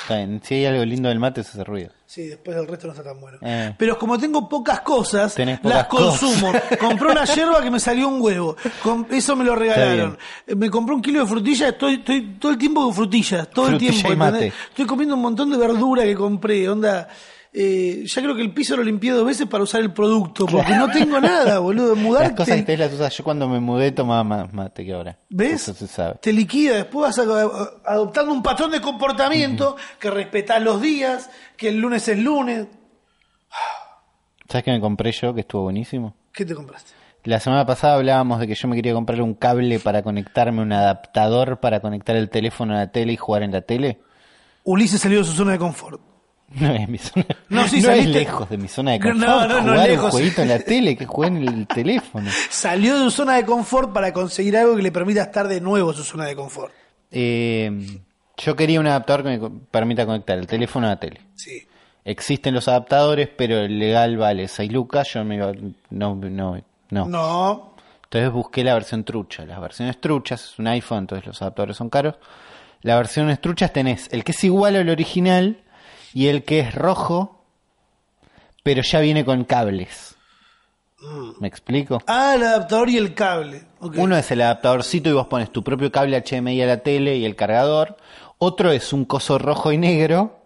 Speaker 2: Está bien. Si hay algo lindo del mate, es ese ruido.
Speaker 1: Sí, después el resto no está tan bueno.
Speaker 2: Eh.
Speaker 1: Pero como tengo pocas cosas,
Speaker 2: Tenés pocas
Speaker 1: las
Speaker 2: cosas.
Speaker 1: consumo. Compré una yerba que me salió un huevo. Com- Eso me lo regalaron. Eh, Me compré un kilo de frutillas. Estoy, estoy todo el tiempo con frutillas. Todo
Speaker 2: Frutilla
Speaker 1: el tiempo.
Speaker 2: y mate.
Speaker 1: ¿entendés? Estoy comiendo un montón de verdura que compré. Onda. eh, ya creo que el piso lo limpié dos veces para usar el producto. Porque no tengo nada, boludo. Mudarte.
Speaker 2: Las cosas que tenés las usas. Yo cuando me mudé tomaba más mate que ahora.
Speaker 1: ¿Ves?
Speaker 2: Eso se sabe.
Speaker 1: Te liquida, después vas a- a- adoptando un patrón de comportamiento que respetás los días, que el lunes es lunes.
Speaker 2: ¿Sabes qué me compré yo que estuvo buenísimo?
Speaker 1: ¿Qué te compraste?
Speaker 2: La semana pasada hablábamos de que yo me quería comprar un cable para conectarme, un adaptador para conectar el teléfono a la tele y jugar en la tele.
Speaker 1: Ulises salió de su zona de confort.
Speaker 2: No es mi zona.
Speaker 1: No, sí,
Speaker 2: es
Speaker 1: saliste-
Speaker 2: lejos de mi zona de
Speaker 1: No,
Speaker 2: confort.
Speaker 1: no, no,
Speaker 2: jugar un
Speaker 1: lejos.
Speaker 2: jueguito en la tele que juegue en el teléfono.
Speaker 1: Salió de su zona de confort para conseguir algo que le permita estar de nuevo en su zona de confort.
Speaker 2: Eh, yo quería un adaptador que me co- permita conectar el teléfono a la tele.
Speaker 1: Sí.
Speaker 2: Existen los adaptadores, pero el legal vale 6 lucas. Yo me iba- no, no, no.
Speaker 1: No.
Speaker 2: Entonces busqué la versión trucha. Las versiones truchas es un iPhone, entonces los adaptadores son caros. Las versiones truchas tenés el que es igual al original y el que es rojo, pero ya viene con cables. ¿Me explico?
Speaker 1: Ah, el adaptador y el cable. Ok.
Speaker 2: Uno es el adaptadorcito y vos pones tu propio cable HDMI a la tele y el cargador. Otro es un coso rojo y negro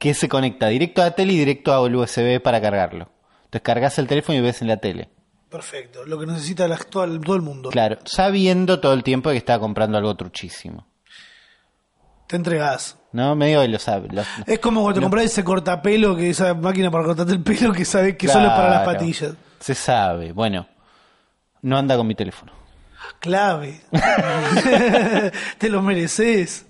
Speaker 2: que se conecta directo a la tele y directo a USB para cargarlo. Entonces cargas el teléfono y ves en la tele.
Speaker 1: Perfecto. Lo que necesita la- todo el, todo el mundo.
Speaker 2: Claro, sabiendo todo el tiempo que estaba comprando algo truchísimo.
Speaker 1: Te entregás.
Speaker 2: ¿No? Medio que lo sabe. lo-
Speaker 1: Es como cuando te compras ese cortapelo, que esa máquina para cortarte el pelo que sabes que solo es para las
Speaker 2: Claro.
Speaker 1: patillas.
Speaker 2: Se sabe. Bueno, no anda con mi teléfono.
Speaker 1: Clave. Te lo mereces.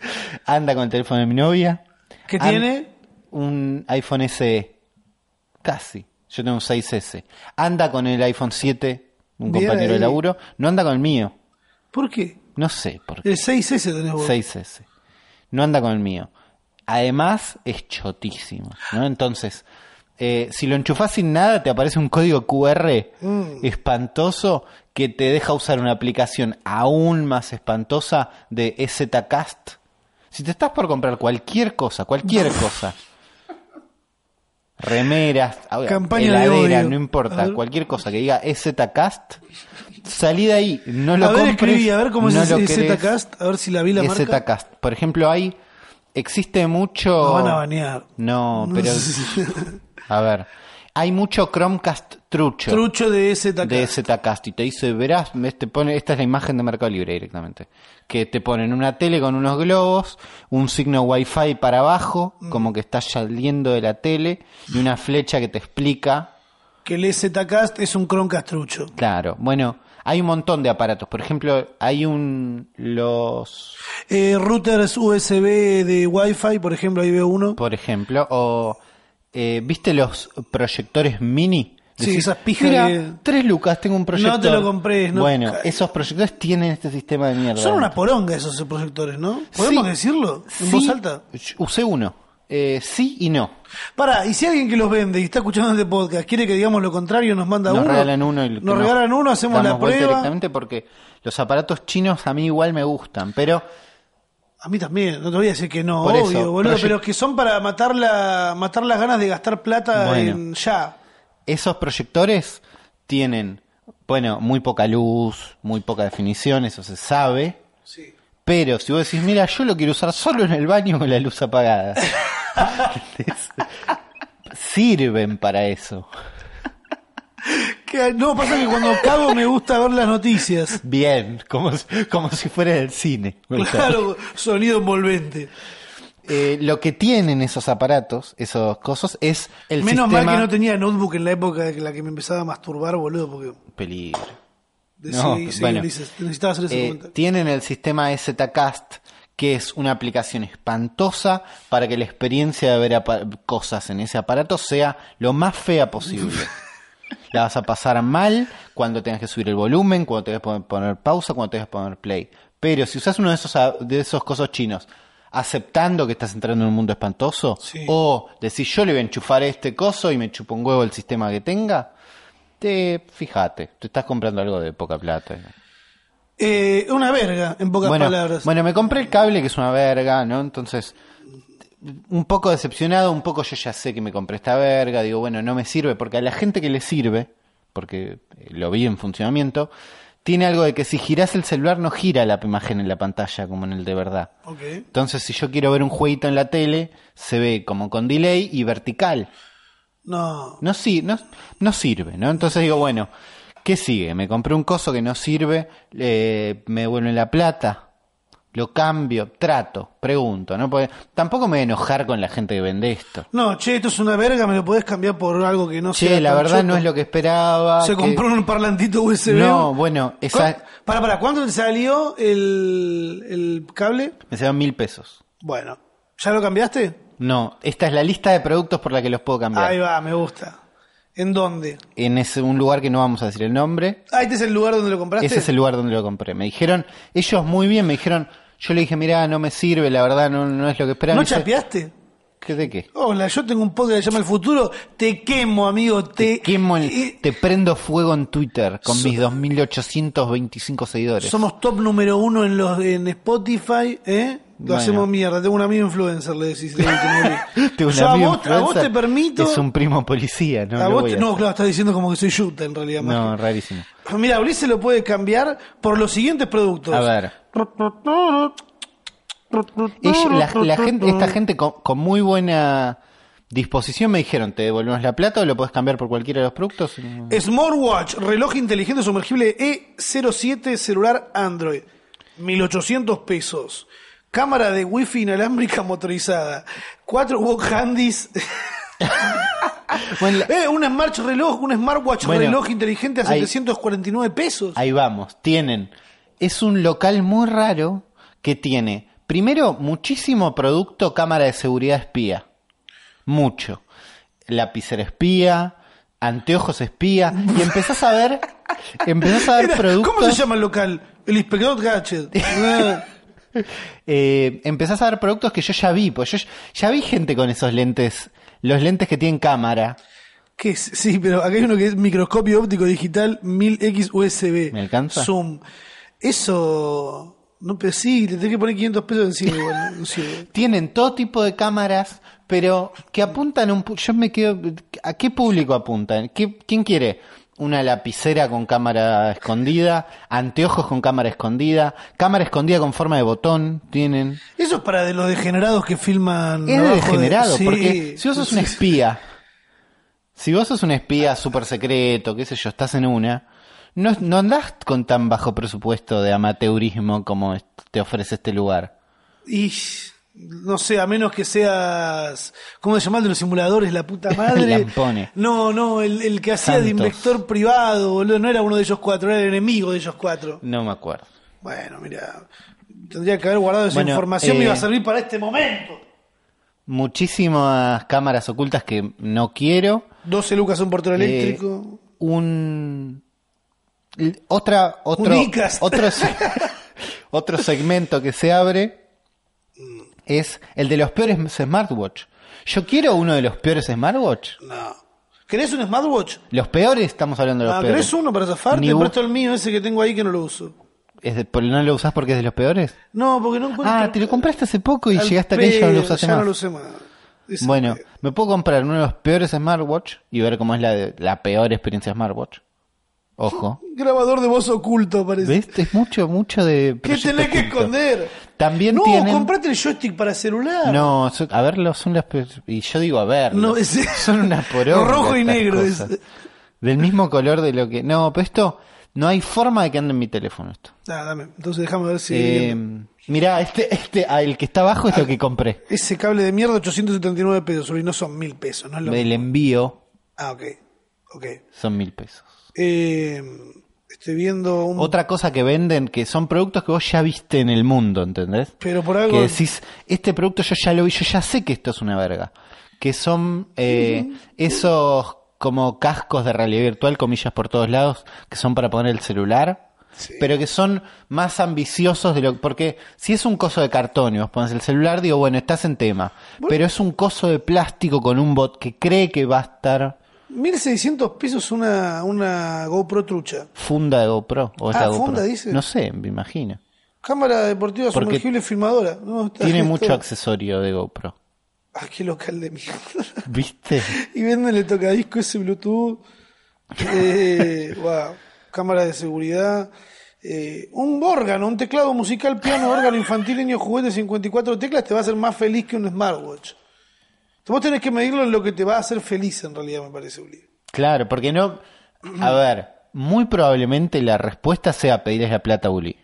Speaker 2: Anda con el teléfono de mi novia.
Speaker 1: ¿Qué
Speaker 2: An-
Speaker 1: tiene?
Speaker 2: Un iPhone SE. Casi. Yo tengo un 6S. Anda con el iPhone 7, un
Speaker 1: Bien
Speaker 2: compañero de
Speaker 1: ahí.
Speaker 2: laburo. No anda con el mío.
Speaker 1: ¿Por qué?
Speaker 2: No sé por qué.
Speaker 1: El 6S tenés vos.
Speaker 2: 6S. No anda con el mío. Además, es chotísimo. ¿no? Entonces, eh, si lo enchufás sin nada, te aparece un código QR
Speaker 1: Mm.
Speaker 2: espantoso que te deja usar una aplicación aún más espantosa de EZCast. Si te estás por comprar cualquier cosa, cualquier cosa, remeras, ahora,
Speaker 1: Campaña de
Speaker 2: heladera,
Speaker 1: odio.
Speaker 2: no
Speaker 1: A
Speaker 2: importa,
Speaker 1: ver.
Speaker 2: cualquier cosa que diga EZCast, salí de ahí, no lo
Speaker 1: a ver,
Speaker 2: compres,
Speaker 1: escribí, a ver cómo
Speaker 2: no
Speaker 1: es
Speaker 2: lo
Speaker 1: el
Speaker 2: querés.
Speaker 1: Zcast, a ver si la vi la marca.
Speaker 2: EZCast. Por ejemplo, hay. Existe mucho.
Speaker 1: Lo van a banear.
Speaker 2: No, pero. A ver. Hay mucho Chromecast trucho
Speaker 1: Trucho de ZK.
Speaker 2: de ZCast y te dice, verás, ves, te pone, esta es la imagen de Mercado Libre directamente, que te ponen una tele con unos globos, un signo Wi-Fi para abajo, como que está saliendo de la tele, y una flecha que te explica
Speaker 1: Que el ZCast es un Chromecast trucho.
Speaker 2: Claro, bueno, hay un montón de aparatos. Por ejemplo, hay un. Los.
Speaker 1: Eh, routers USB de Wi-Fi, por ejemplo, ahí veo uno.
Speaker 2: Por ejemplo, o. eh, ¿Viste los proyectores mini?
Speaker 1: Sí, esas pijas
Speaker 2: "Mira,
Speaker 1: que-
Speaker 2: tres lucas, tengo un proyector.
Speaker 1: te lo compré, no.
Speaker 2: Bueno,
Speaker 1: Ca-
Speaker 2: esos proyectores tienen este sistema de mierda.
Speaker 1: Son una
Speaker 2: dentro.
Speaker 1: poronga esos proyectores, ¿no? ¿Podemos
Speaker 2: Sí.
Speaker 1: decirlo? En
Speaker 2: Sí,
Speaker 1: voz alta.
Speaker 2: Usé uno. Eh, sí y no.
Speaker 1: Pará, y si alguien que los vende y está escuchando este podcast quiere que digamos lo contrario, nos manda
Speaker 2: nos
Speaker 1: uno.
Speaker 2: regalan uno y que
Speaker 1: nos regalan uno, hacemos
Speaker 2: damos
Speaker 1: la
Speaker 2: vuelta
Speaker 1: prueba.
Speaker 2: directamente porque los aparatos chinos a mí igual me gustan, pero
Speaker 1: A mí también, no te voy a decir que no,
Speaker 2: Por
Speaker 1: obvio,
Speaker 2: eso,
Speaker 1: boludo,
Speaker 2: proye-
Speaker 1: pero que son para matar, la, matar las ganas de gastar plata
Speaker 2: Bueno.
Speaker 1: en ya.
Speaker 2: esos proyectores tienen, bueno, muy poca luz, muy poca definición, eso se sabe.
Speaker 1: Sí.
Speaker 2: Pero si vos decís, mira, yo lo quiero usar solo en el baño con la luz apagada. ¿Entendés? Sirven para eso.
Speaker 1: Que- no, pasa que cuando cago me gusta ver las noticias.
Speaker 2: Bien, como, si- como si fuera del cine. Me gusta.
Speaker 1: Claro, sonido envolvente.
Speaker 2: Eh, lo que tienen esos aparatos, esos cosos, es el
Speaker 1: Menos
Speaker 2: sistema...
Speaker 1: mal que no tenía notebook en la época en la que me empezaba a masturbar, boludo, porque
Speaker 2: Peligro.
Speaker 1: decí,
Speaker 2: No,
Speaker 1: sí,
Speaker 2: bueno.
Speaker 1: Ulises, necesitaba hacer ese
Speaker 2: Eh,
Speaker 1: comentario.
Speaker 2: tienen el sistema ZCast, que es una aplicación espantosa para que la experiencia de ver apa- cosas en ese aparato sea lo más fea posible. La vas a pasar mal cuando tengas que subir el volumen, cuando tengas que pon- poner pausa, cuando tengas que poner play. Pero si usas uno de esos, a- de esos cosos chinos, aceptando que estás entrando en un mundo espantoso,
Speaker 1: Sí.
Speaker 2: o decís yo le voy a enchufar este coso y me chupo un huevo el sistema que tenga, te fíjate, te estás comprando algo de poca plata.
Speaker 1: Eh, una verga, en pocas
Speaker 2: bueno,
Speaker 1: palabras.
Speaker 2: bueno, me compré el cable que es una verga, ¿no? Entonces, un poco decepcionado, un poco yo ya sé que me compré esta verga, digo, bueno, no me sirve, porque a la gente que le sirve, porque eh, lo vi en funcionamiento, tiene algo de que si girás el celular no gira la imagen en la pantalla como en el de verdad.
Speaker 1: Ok.
Speaker 2: Entonces, si yo quiero ver un jueguito en la tele, se ve como con delay y vertical.
Speaker 1: No.
Speaker 2: No, sí, no, no sirve, ¿no? Entonces digo, bueno, ¿qué sigue? Me compré un coso que no sirve, eh, me devuelven la plata, lo cambio, trato, pregunto, ¿no? Porque tampoco me voy a enojar con la gente que vende esto.
Speaker 1: No, che, esto es una verga, me lo podés cambiar por algo que no sea
Speaker 2: Che, la
Speaker 1: tan
Speaker 2: verdad
Speaker 1: choto.
Speaker 2: no es lo que esperaba.
Speaker 1: Se
Speaker 2: que-
Speaker 1: compró un parlantito USB.
Speaker 2: No, bueno, esa...
Speaker 1: Para, para, ¿cuánto te salió el, el cable?
Speaker 2: me salieron mil pesos.
Speaker 1: Bueno, ¿ya lo cambiaste?
Speaker 2: No, esta es la lista de productos por la que los puedo cambiar.
Speaker 1: Ahí va, me gusta. ¿En dónde?
Speaker 2: En ese, un lugar que no vamos a decir el nombre.
Speaker 1: Ah, este es el lugar donde lo compraste.
Speaker 2: Ese es el lugar donde lo compré. Me dijeron, ellos muy bien, me dijeron, yo le dije, mirá, no me sirve, la verdad no, no es lo que esperaba.
Speaker 1: ¿No
Speaker 2: Me dice,
Speaker 1: chapeaste?
Speaker 2: ¿Qué de qué?
Speaker 1: Hola, yo tengo un podcast que se llama El Futuro. Te quemo, amigo. Te,
Speaker 2: Te, quemo el-
Speaker 1: eh,
Speaker 2: te prendo fuego en Twitter con
Speaker 1: So-
Speaker 2: mis 2.825 seguidores.
Speaker 1: Somos top número uno en los en Spotify, ¿eh? Lo
Speaker 2: Bueno.
Speaker 1: hacemos mierda. Tengo un amigo influencer, le decís. le decís,
Speaker 2: Tengo un
Speaker 1: Yo a
Speaker 2: amigo
Speaker 1: vos, a vos
Speaker 2: influencer,
Speaker 1: te permito.
Speaker 2: Es un primo policía, ¿no?
Speaker 1: a
Speaker 2: lo
Speaker 1: vos
Speaker 2: voy
Speaker 1: te-
Speaker 2: a
Speaker 1: no,
Speaker 2: hacer.
Speaker 1: claro, estás diciendo como que soy yuta en realidad. más
Speaker 2: No, rarísimo.
Speaker 1: que- Mira, Ulises lo puede cambiar por los siguientes productos.
Speaker 2: A ver. Ella- la, la gente, esta gente con, con muy buena disposición me dijeron, te devolvemos la plata o lo podés cambiar por cualquiera de los productos.
Speaker 1: Smartwatch, reloj inteligente sumergible E07, celular Android. 1800 pesos. Cámara de wifi inalámbrica motorizada. Cuatro walk handies.
Speaker 2: Bueno, la-
Speaker 1: Eh, un Smart reloj, un smartwatch
Speaker 2: Bueno,
Speaker 1: reloj inteligente a
Speaker 2: hay-
Speaker 1: 749 pesos.
Speaker 2: Ahí vamos, tienen. Es un local muy raro que tiene, primero, muchísimo producto cámara de seguridad espía. Mucho. Lapicera espía, anteojos espía. Y empezás a ver, empezás a ver
Speaker 1: Era-
Speaker 2: productos.
Speaker 1: ¿Cómo se llama el local? El inspector Gadget. Ah,
Speaker 2: eh, empezás a ver productos que yo ya vi, pues yo ya- ya vi gente con esos lentes, los lentes que tienen cámara.
Speaker 1: ¿Qué es? Sí, pero acá hay uno que es microscopio óptico digital 1000X USB.
Speaker 2: ¿Me alcanza?
Speaker 1: Zoom. Eso. No, pero sí, te tenés que poner 500 pesos encima. igual, no sirve.
Speaker 2: Tienen todo tipo de cámaras, pero que apuntan a un... pu- Yo me quedo... ¿A qué público apuntan? ¿Qué- ¿Quién quiere? Una lapicera con cámara escondida, anteojos con cámara escondida, cámara escondida con forma de botón, tienen...
Speaker 1: Eso es para de los degenerados que filman.
Speaker 2: Es de
Speaker 1: abajo de-
Speaker 2: degenerado,
Speaker 1: Sí,
Speaker 2: porque si vos sos un
Speaker 1: sí,
Speaker 2: espía, si vos sos un espía súper secreto, qué sé yo, estás en una, no, no andás con tan bajo presupuesto de amateurismo como est- te ofrece este lugar.
Speaker 1: Y no sé, a menos que seas. ¿Cómo se llama el de los simuladores? La puta madre.
Speaker 2: Lampone.
Speaker 1: No, no, el, el que hacía de
Speaker 2: Santos.
Speaker 1: inspector privado, boludo. No era uno de ellos cuatro, era el enemigo de ellos cuatro.
Speaker 2: No me acuerdo.
Speaker 1: Bueno, mira. Tendría que haber guardado esa
Speaker 2: Bueno,
Speaker 1: información, me iba a
Speaker 2: eh,
Speaker 1: servir para este momento.
Speaker 2: Muchísimas cámaras ocultas que no quiero.
Speaker 1: 12 lucas un portero
Speaker 2: Eh,
Speaker 1: eléctrico.
Speaker 2: un l- otra otro
Speaker 1: Un Icast.
Speaker 2: otro se- otro segmento que se abre es el de los peores smartwatch. Yo quiero uno de los peores smartwatch.
Speaker 1: No. ¿Querés un smartwatch?
Speaker 2: Los peores estamos hablando de los
Speaker 1: Ah,
Speaker 2: peores.
Speaker 1: ¿Querés uno para zafarte?
Speaker 2: Ni
Speaker 1: Te
Speaker 2: bu-
Speaker 1: presto el mío, ese que tengo ahí que no lo uso.
Speaker 2: Es de- por- no lo usás porque es de los peores.
Speaker 1: No, porque no encuentro.
Speaker 2: Ah, te lo compraste hace poco y
Speaker 1: al
Speaker 2: llegaste acá y ya no lo
Speaker 1: pedo,
Speaker 2: usaste
Speaker 1: ya
Speaker 2: más.
Speaker 1: no lo usé más. Ese-
Speaker 2: Bueno, me puedo comprar uno de los peores smartwatch y ver cómo es la de- la peor experiencia smartwatch. Ojo.
Speaker 1: Grabador de voz oculto, parece.
Speaker 2: ¿Ves? Es mucho, mucho de.
Speaker 1: ¿Qué
Speaker 2: proyecto
Speaker 1: tenés que
Speaker 2: oculto.
Speaker 1: esconder?
Speaker 2: También
Speaker 1: no,
Speaker 2: tienen-
Speaker 1: comprate el joystick para celular.
Speaker 2: No, so- a verlo son las. pe- Y yo digo a verlo.
Speaker 1: No, es-
Speaker 2: son una poronga.
Speaker 1: Rojo y
Speaker 2: estas
Speaker 1: negro, es-
Speaker 2: cosas. Del mismo color de lo que. No, pero esto. No hay forma de que ande en mi teléfono esto.
Speaker 1: Ah, dame. Entonces déjame ver si.
Speaker 2: Eh, mirá, este, este, ah, el que está abajo es lo que compré.
Speaker 1: Ese cable de mierda, 879 pesos, y no son mil pesos, ¿no? es lo-
Speaker 2: El envío
Speaker 1: Ah, ok. Ok.
Speaker 2: son mil pesos.
Speaker 1: Eh, estoy viendo un.
Speaker 2: Otra cosa que venden, que son productos que vos ya viste en el mundo, ¿entendés?
Speaker 1: Pero por algo-
Speaker 2: Que decís, este producto yo ya lo vi, yo ya sé que esto es una verga. Que son eh, esos como cascos de realidad virtual, comillas por todos lados, que son para poner el celular. Pero que son más ambiciosos de lo porque si es un coso de cartón y vos pones el celular, digo, bueno, estás en tema. Pero es un coso de plástico con un bot que cree que va a estar
Speaker 1: 1600 pesos una, una GoPro trucha.
Speaker 2: funda de GoPro. O es
Speaker 1: Ah,
Speaker 2: la GoPro.
Speaker 1: funda, dice.
Speaker 2: No sé, me imagino.
Speaker 1: Cámara deportiva
Speaker 2: Porque
Speaker 1: sumergible filmadora. No, está-
Speaker 2: Tiene mucho
Speaker 1: está-
Speaker 2: accesorio de GoPro.
Speaker 1: Ah, qué local de mierda.
Speaker 2: ¿Viste?
Speaker 1: Y venden el tocadisco ese Bluetooth. Eh, wow. Cámara de seguridad. Eh, un órgano, un teclado musical, piano, órgano infantil, niño, juguete, 54 teclas, te va a hacer más feliz que un smartwatch. Vos tenés que medirlo en lo que te va a hacer feliz, en realidad, me parece, Uli.
Speaker 2: Claro, porque no. A ver, muy probablemente la respuesta sea pedirles la plata a Uli.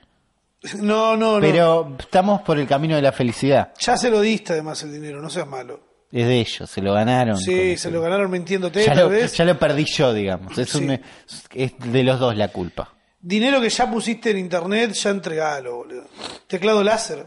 Speaker 1: No, no, no.
Speaker 2: Pero estamos por el camino de la felicidad.
Speaker 1: Ya se lo diste, además, el dinero, no seas malo.
Speaker 2: Es de ellos, se lo ganaron. con
Speaker 1: Sí,
Speaker 2: eso.
Speaker 1: se lo ganaron mintiéndote,
Speaker 2: Ya
Speaker 1: tal
Speaker 2: lo,
Speaker 1: vez.
Speaker 2: ya lo perdí yo, digamos. Es, un- es de los dos la culpa.
Speaker 1: Dinero que ya pusiste en internet, ya entregalo, boludo. Teclado láser.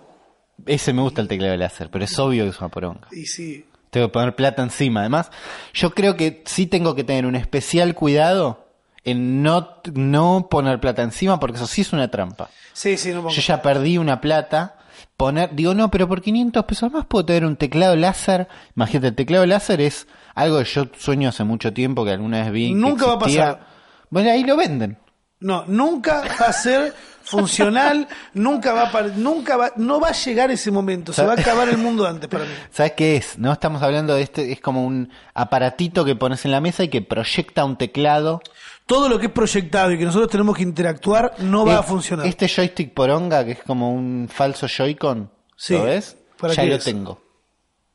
Speaker 2: Ese me gusta el teclado láser, pero es obvio que es una poronga.
Speaker 1: Y sí.
Speaker 2: Tengo que poner plata encima. Además, yo creo que sí tengo que tener un especial cuidado en no, no poner plata encima, porque eso sí es una trampa.
Speaker 1: Sí, sí, no pongo.
Speaker 2: Yo ya perdí una plata. Poner, digo, no, pero por 500 pesos más puedo tener un teclado láser. Imagínate, el teclado láser es algo que yo sueño hace mucho tiempo, que alguna vez vi. que
Speaker 1: Nunca va a
Speaker 2: existía.
Speaker 1: pasar.
Speaker 2: Bueno, ahí lo venden.
Speaker 1: No, nunca va a ser funcional, nunca va a par- nunca va, no va a llegar ese momento, se va a acabar el mundo antes para mí.
Speaker 2: ¿Sabes qué es? No estamos hablando de este, es como un aparatito que pones en la mesa y que proyecta un teclado.
Speaker 1: Todo lo que es proyectado y que nosotros tenemos que interactuar no va
Speaker 2: Eh,
Speaker 1: a funcionar.
Speaker 2: Este joystick poronga, que es como un falso Joy-Con,
Speaker 1: Sí.
Speaker 2: ¿lo ves?
Speaker 1: ¿Para
Speaker 2: ya
Speaker 1: qué
Speaker 2: lo
Speaker 1: es?
Speaker 2: tengo.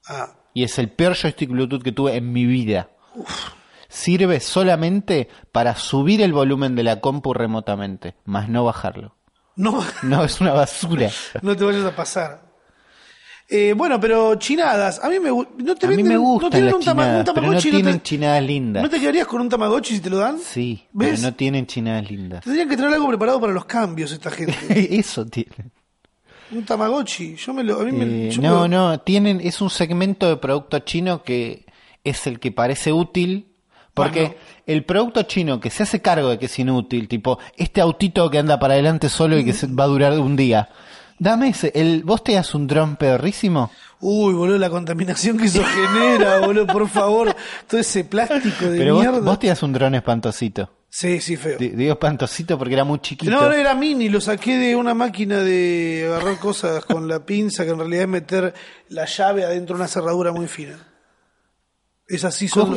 Speaker 1: Ah,
Speaker 2: Y es el peor joystick Bluetooth que tuve en mi vida. Sirve solamente para subir el volumen de la compu remotamente, más no bajarlo.
Speaker 1: no,
Speaker 2: No, es una basura.
Speaker 1: no te vayas a pasar. Eh, bueno, pero chinadas. A mí me, gu- no te
Speaker 2: a mí
Speaker 1: venden-
Speaker 2: me
Speaker 1: no
Speaker 2: gustan
Speaker 1: tienen
Speaker 2: las
Speaker 1: un, tama-
Speaker 2: chinadas,
Speaker 1: un
Speaker 2: pero no
Speaker 1: Tamagotchi,
Speaker 2: tienen
Speaker 1: te,
Speaker 2: chinadas lindas.
Speaker 1: ¿No te quedarías con un Tamagotchi si te lo dan?
Speaker 2: Sí,
Speaker 1: ¿Ves?
Speaker 2: pero no tienen chinadas lindas.
Speaker 1: Tendrían que tener algo preparado para los cambios esta gente.
Speaker 2: Eso tienen.
Speaker 1: un Tamagotchi. Yo me lo. A mí me,
Speaker 2: Eh,
Speaker 1: yo me
Speaker 2: no,
Speaker 1: lo-
Speaker 2: no, tienen, es un segmento de producto chino que es el que parece útil, porque
Speaker 1: Bueno.
Speaker 2: el producto chino que se hace cargo de que es inútil, tipo este autito que anda para adelante solo y que se- va a durar un día. Dame ese, el, vos te das un dron pedorrísimo.
Speaker 1: Uy, boludo, la contaminación que eso genera, boludo, por favor. Todo ese plástico de
Speaker 2: Pero
Speaker 1: mierda.
Speaker 2: vos, vos te das un dron espantosito.
Speaker 1: Sí, sí, feo.
Speaker 2: Di- Digo espantosito porque era muy chiquito.
Speaker 1: No, no era mini, lo saqué de una máquina de agarrar cosas con la pinza, que en realidad es meter la llave adentro de una cerradura muy fina. Es así, son.
Speaker 2: ¿Cómo?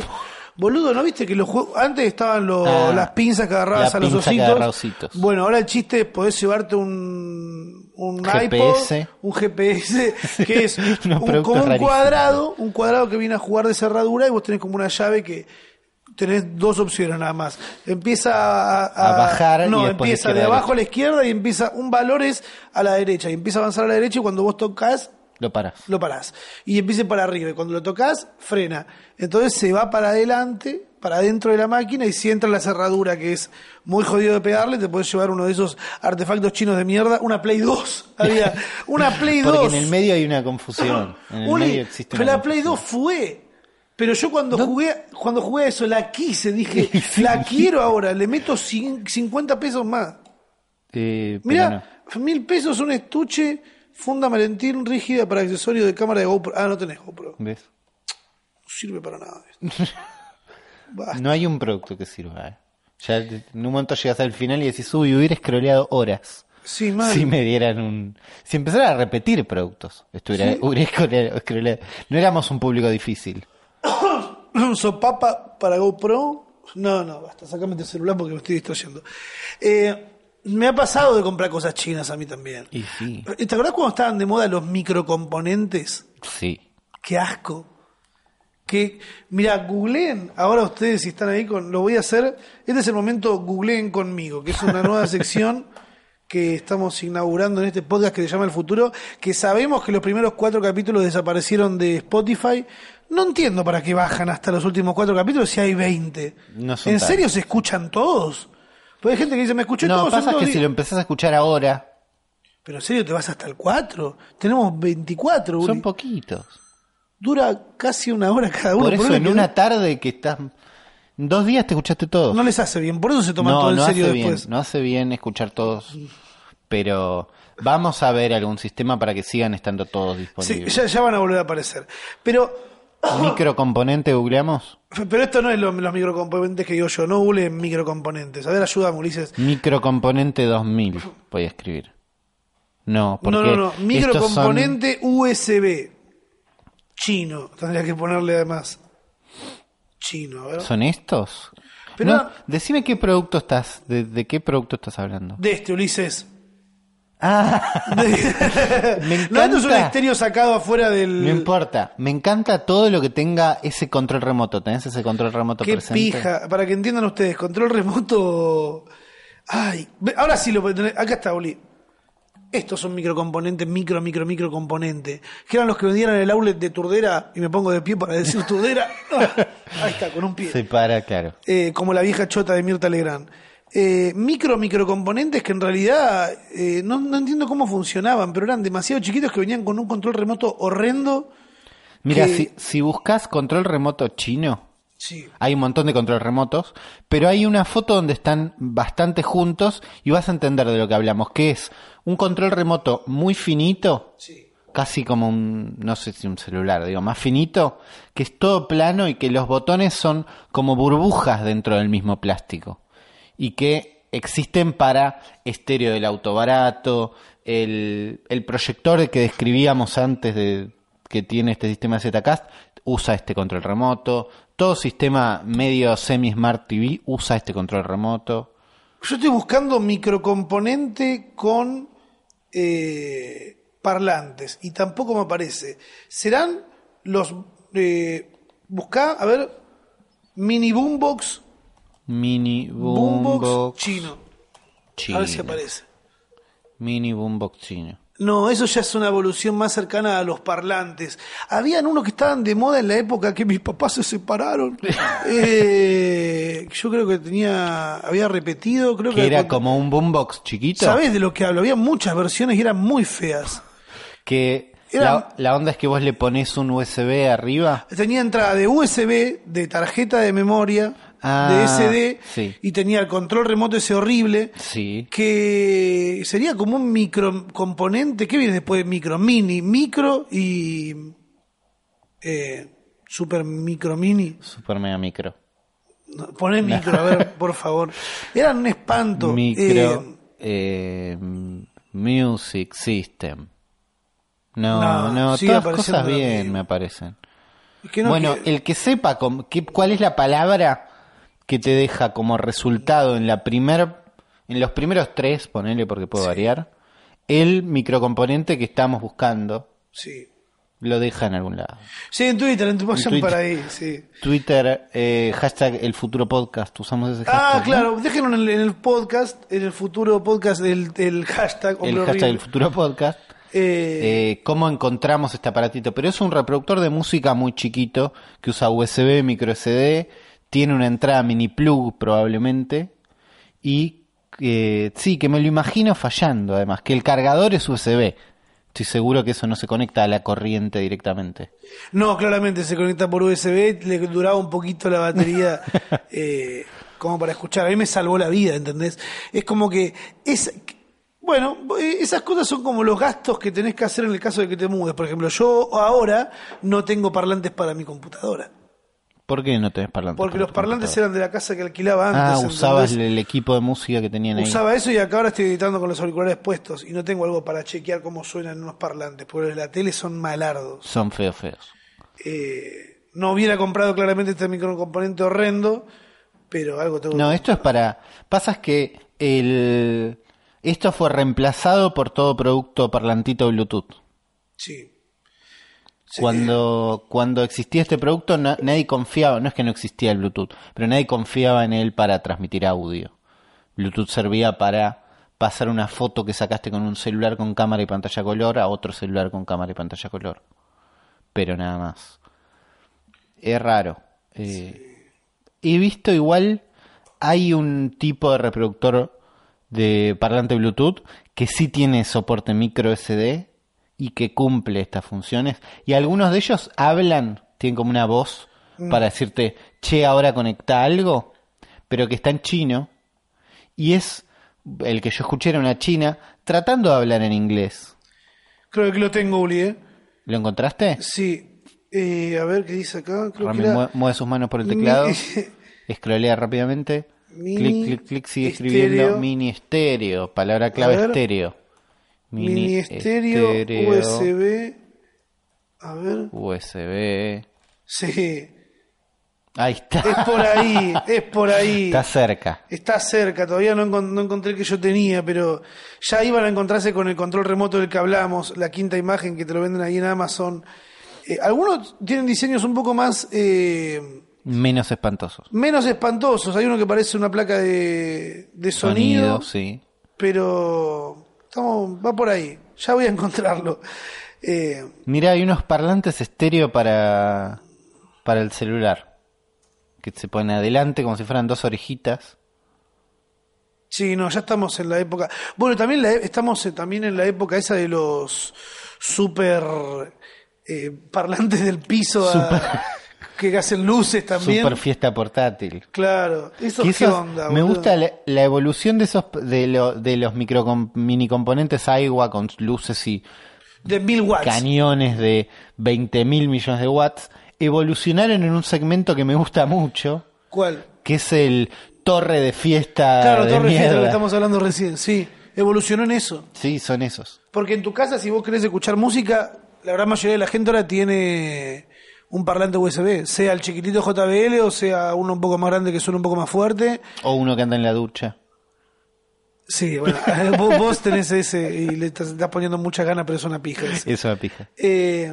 Speaker 1: Boludo, ¿no viste que los juegos. Antes estaban los-
Speaker 2: Ah,
Speaker 1: las pinzas que agarrabas
Speaker 2: la
Speaker 1: a los
Speaker 2: pinza que
Speaker 1: ositos.
Speaker 2: agarra ositos.
Speaker 1: Bueno, ahora el chiste es poder llevarte un. Un
Speaker 2: GPS.
Speaker 1: iPod, un GPS, que es
Speaker 2: Unos
Speaker 1: un-
Speaker 2: productos
Speaker 1: como un
Speaker 2: rarísimos.
Speaker 1: cuadrado, un cuadrado que viene a jugar de cerradura y vos tenés como una llave que tenés dos opciones nada más. Empieza a,
Speaker 2: A bajar y
Speaker 1: no,
Speaker 2: después de
Speaker 1: empieza de,
Speaker 2: izquierda a
Speaker 1: abajo a la izquierda y empieza un valor es a la derecha y empieza a avanzar a la derecha y cuando vos tocas
Speaker 2: Lo parás.
Speaker 1: lo parás y empieza para arriba y cuando lo tocas frena. Entonces se va para adelante, para dentro de la máquina y si entra la cerradura que es muy jodido de pegarle, te puedes llevar uno de esos artefactos chinos de mierda, una Play 2, había una Play 2.
Speaker 2: Porque en el medio hay una confusión. En el
Speaker 1: Uli,
Speaker 2: medio existe
Speaker 1: pero
Speaker 2: una
Speaker 1: la Play 2 fue. Pero yo cuando jugué cuando jugué a eso, la quise, dije, la quiero ahora, le meto cin- 50 pesos más.
Speaker 2: Eh, pero no.
Speaker 1: Mirá, mil pesos un estuche, funda Valentín rígida para accesorio de cámara de GoPro. Ah, no tenés GoPro. No
Speaker 2: ¿Ves?
Speaker 1: sirve para nada.
Speaker 2: No hay un producto que sirva. eh. Ya en un momento llegas al final y decís, uy, hubiera scrolleado horas.
Speaker 1: Sí, mal.
Speaker 2: Si me dieran un. Si empezara a repetir productos, estuviera, hubiera scrolleado- scrolleado. No éramos un público difícil.
Speaker 1: un sopapa para GoPro. No, no, basta, sacame tu celular porque me estoy distrayendo. Eh, me ha pasado de comprar cosas chinas a mí también.
Speaker 2: Y sí.
Speaker 1: ¿Te acordás cuando estaban de moda los microcomponentes?
Speaker 2: Sí.
Speaker 1: Qué asco. Que, mira, googleen, ahora ustedes si están ahí con, lo voy a hacer, este es el momento googleen conmigo, que es una nueva sección que estamos inaugurando en este podcast que se llama El Futuro, que sabemos que los primeros cuatro capítulos desaparecieron de Spotify. No entiendo para qué bajan hasta los últimos cuatro capítulos si hay 20.
Speaker 2: No son
Speaker 1: ¿En
Speaker 2: tantos.
Speaker 1: serio se escuchan todos? Porque hay gente que dice, me escuché
Speaker 2: No,
Speaker 1: todos. en
Speaker 2: pasa
Speaker 1: dos
Speaker 2: que
Speaker 1: días".
Speaker 2: si lo empezás a escuchar ahora,
Speaker 1: Pero en serio te vas hasta el 4. Tenemos 24. Uli.
Speaker 2: son poquitos.
Speaker 1: Dura casi una hora cada uno.
Speaker 2: Por eso
Speaker 1: le
Speaker 2: en
Speaker 1: quedó-
Speaker 2: una tarde que estás. en Dos días te escuchaste todo.
Speaker 1: No les hace bien, por eso se toman
Speaker 2: no,
Speaker 1: todo en
Speaker 2: no
Speaker 1: serio
Speaker 2: hace
Speaker 1: después.
Speaker 2: Bien, no hace bien escuchar todos, pero vamos a ver algún sistema para que sigan estando todos
Speaker 1: Sí,
Speaker 2: disponibles.
Speaker 1: ya, ya van a volver a aparecer. Pero,
Speaker 2: Microcomponente, googleamos.
Speaker 1: pero esto no es lo- los microcomponentes que digo yo, no googleen microcomponentes. A ver, ayúdame, Ulises.
Speaker 2: Microcomponente 2000, voy a escribir. No, porque
Speaker 1: no, no, no.
Speaker 2: estos son-
Speaker 1: Microcomponente USB. Chino. Tendría que ponerle además. Chino, a ver.
Speaker 2: son, estos.
Speaker 1: Pero-
Speaker 2: No, decime qué producto estás, de, de qué producto estás hablando.
Speaker 1: De este, Ulises.
Speaker 2: Ah,
Speaker 1: De-
Speaker 2: me
Speaker 1: No, esto es un
Speaker 2: encanta.
Speaker 1: estéreo sacado afuera del.
Speaker 2: no importa. Me encanta todo lo que tenga ese control remoto. ¿Tenés ese control remoto
Speaker 1: Qué
Speaker 2: presente?
Speaker 1: pija. Para que entiendan ustedes, control remoto. Ay, ve- ahora sí lo pueden tener. Acá está, Oli. Estos son microcomponentes, micro, micro, microcomponentes. Que eran los que vendían en el outlet de Turdera. Y me pongo de pie para decir Turdera. Ahí está, con un pie.
Speaker 2: Se para, claro.
Speaker 1: Eh, como la vieja chota de Mirta Legrand. Eh, micro, microcomponentes que en realidad eh, no, no entiendo cómo funcionaban, pero eran demasiado chiquitos que venían con un control remoto horrendo.
Speaker 2: Mira,
Speaker 1: que-
Speaker 2: si, si buscas control remoto chino,
Speaker 1: Sí.
Speaker 2: hay un montón de control remotos, pero hay una foto donde están bastante juntos y vas a entender de lo que hablamos, que es un control remoto muy finito,
Speaker 1: Sí.
Speaker 2: casi como un, no sé si un celular, digo, más finito, que es todo plano y que los botones son como burbujas dentro del mismo plástico. Y que existen para estéreo del auto barato, el, el proyector que describíamos antes de que tiene este sistema Zcast usa este control remoto, todo sistema medio semi smart TV usa este control remoto.
Speaker 1: Yo estoy buscando microcomponente con eh, parlantes y tampoco me aparece. ¿Serán los... Eh, buscá, a ver, mini boombox,
Speaker 2: Mini
Speaker 1: boombox
Speaker 2: boombox
Speaker 1: chino. A ver si
Speaker 2: chino.
Speaker 1: aparece.
Speaker 2: Mini boombox chino.
Speaker 1: No, eso ya es una evolución más cercana a los parlantes. Habían unos que estaban de moda en la época que mis papás se separaron. Eh, yo creo que tenía, había repetido, creo que,
Speaker 2: Que era
Speaker 1: cuando-
Speaker 2: como un boombox chiquito.
Speaker 1: ¿Sabés de lo que hablo? Había muchas versiones y eran muy feas.
Speaker 2: Que
Speaker 1: Era-
Speaker 2: la, la onda es que vos le pones un USB arriba.
Speaker 1: Tenía entrada de USB, de tarjeta de memoria, de
Speaker 2: Ah,
Speaker 1: SD,
Speaker 2: sí.
Speaker 1: y tenía el control remoto ese horrible,
Speaker 2: Sí.
Speaker 1: que sería como un micro componente. ¿Qué viene después de micro? Mini, micro y. eh, super micro mini.
Speaker 2: Super mega micro.
Speaker 1: No, Poné micro, a ver, por favor. Eran un espanto.
Speaker 2: Micro.
Speaker 1: Eh,
Speaker 2: eh, music System. No,
Speaker 1: No,
Speaker 2: no,
Speaker 1: sigue
Speaker 2: todas cosas
Speaker 1: apareciendo lo
Speaker 2: bien
Speaker 1: mismo.
Speaker 2: me aparecen.
Speaker 1: que no-
Speaker 2: bueno,
Speaker 1: que-
Speaker 2: el que sepa com- qué- cuál es la palabra que te deja como resultado en la primer, en los primeros tres, ponele porque puedo variar, el microcomponente que estamos buscando
Speaker 1: sí.
Speaker 2: lo deja en algún lado.
Speaker 1: Sí, en Twitter, en tu pasión
Speaker 2: Twitter.
Speaker 1: para ahí, sí.
Speaker 2: Twitter, eh, hashtag el futuro podcast, usamos ese hashtag.
Speaker 1: Ah,
Speaker 2: ¿no?
Speaker 1: claro, déjenlo en el, en el podcast, en el futuro podcast, el, el hashtag. hombre
Speaker 2: El hashtag
Speaker 1: horrible.
Speaker 2: el futuro podcast.
Speaker 1: Eh,
Speaker 2: eh, cómo encontramos este aparatito. Pero es un reproductor de música muy chiquito que usa USB, micro SD, tiene una entrada mini plug probablemente. Y eh, sí, que me lo imagino fallando además, que el cargador es USB. Estoy seguro que eso no se conecta a la corriente directamente.
Speaker 1: No, claramente se conecta por USB, le duraba un poquito la batería eh, como para escuchar. A mí me salvó la vida, ¿entendés? Es como que es bueno, eh, esas cosas son como los gastos que tenés que hacer en el caso de que te mudes. Por ejemplo, yo ahora no tengo parlantes para mi computadora.
Speaker 2: ¿Por qué no tenés parlantes?
Speaker 1: Porque
Speaker 2: para
Speaker 1: los
Speaker 2: tu
Speaker 1: parlantes
Speaker 2: computadora?
Speaker 1: eran de la casa que alquilaba antes.
Speaker 2: Ah,
Speaker 1: ¿entendés?
Speaker 2: usabas el equipo de música que tenían ahí.
Speaker 1: Usaba eso y acá ahora estoy editando con los auriculares puestos y no tengo algo para chequear cómo suenan unos parlantes, porque los de la tele son malardos.
Speaker 2: Son feos, feos.
Speaker 1: Eh, no hubiera comprado claramente este microcomponente horrendo, pero algo tengo
Speaker 2: No, esto es para. Pasa es que el esto fue reemplazado por todo producto parlantito Bluetooth.
Speaker 1: Sí.
Speaker 2: Cuando cuando existía este producto na- nadie confiaba, no es que no existía el Bluetooth, pero nadie confiaba en él para transmitir audio. Bluetooth servía para pasar una foto que sacaste con un celular con cámara y pantalla color a otro celular con cámara y pantalla color. Pero nada más. Es raro. Eh, He visto igual, hay un tipo de reproductor de parlante Bluetooth que sí tiene soporte micro SD y que cumple estas funciones. Y algunos de ellos hablan, tienen como una voz para decirte, che, ahora conecta algo, pero que está en chino. Y es, el que yo escuché era una china tratando de hablar en inglés.
Speaker 1: Creo que lo tengo, Uli, ¿eh?
Speaker 2: ¿Lo encontraste?
Speaker 1: Sí. Eh, a ver qué dice acá. Creo
Speaker 2: Rami
Speaker 1: que era
Speaker 2: mue- mueve sus manos por el
Speaker 1: mi-
Speaker 2: teclado. Escrolea rápidamente.
Speaker 1: Mini
Speaker 2: clic, clic, clic, sigue escribiendo.
Speaker 1: estéreo.
Speaker 2: Mini estéreo. Palabra clave
Speaker 1: A ver.
Speaker 2: estéreo.
Speaker 1: mini estéreo, USB. A ver.
Speaker 2: USB.
Speaker 1: Sí.
Speaker 2: Ahí está.
Speaker 1: Es por ahí, es por ahí.
Speaker 2: Está cerca.
Speaker 1: Está cerca, todavía no, encon- no encontré el que yo tenía, pero ya iban a encontrarse con el control remoto del que hablamos, la quinta imagen que te lo venden ahí en Amazon. Eh, algunos tienen diseños un poco más eh,
Speaker 2: Menos espantoso.
Speaker 1: menos espantosos. Hay uno que parece una placa de, de sonido,
Speaker 2: sí.
Speaker 1: pero estamos, va por ahí. Ya voy a encontrarlo. Eh,
Speaker 2: Mira, hay unos parlantes estéreo para, para el celular. Que se ponen adelante como si fueran dos orejitas.
Speaker 1: Sí, no, ya estamos en la época. Bueno, también la e- estamos eh, también en la época esa de los super eh, parlantes del piso a- que hacen luces también.
Speaker 2: Super fiesta portátil.
Speaker 1: Claro, eso
Speaker 2: Que
Speaker 1: qué
Speaker 2: esos-
Speaker 1: onda.
Speaker 2: me
Speaker 1: boludo?
Speaker 2: gusta la, la evolución de esos de, lo- de los micro mini componentes agua con luces y
Speaker 1: de mil watts.
Speaker 2: cañones de 20 mil millones de watts evolucionaron en un segmento que me gusta mucho
Speaker 1: ¿Cuál?
Speaker 2: que es el torre de fiesta
Speaker 1: Claro,
Speaker 2: Ah, de
Speaker 1: torre fiesta, lo
Speaker 2: mierda.
Speaker 1: que estamos hablando recién. Sí, evolucionó en eso.
Speaker 2: sí son esos
Speaker 1: Porque en tu casa, si vos querés escuchar música, la gran mayoría de la gente ahora tiene un parlante USB, sea el chiquitito JBL o sea uno un poco más grande que suena un poco más fuerte.
Speaker 2: o uno que anda en la ducha
Speaker 1: Sí, bueno, vos, vos tenés ese y le estás, estás poniendo muchas ganas, pero es una pija. ese.
Speaker 2: eso me pija
Speaker 1: Eh,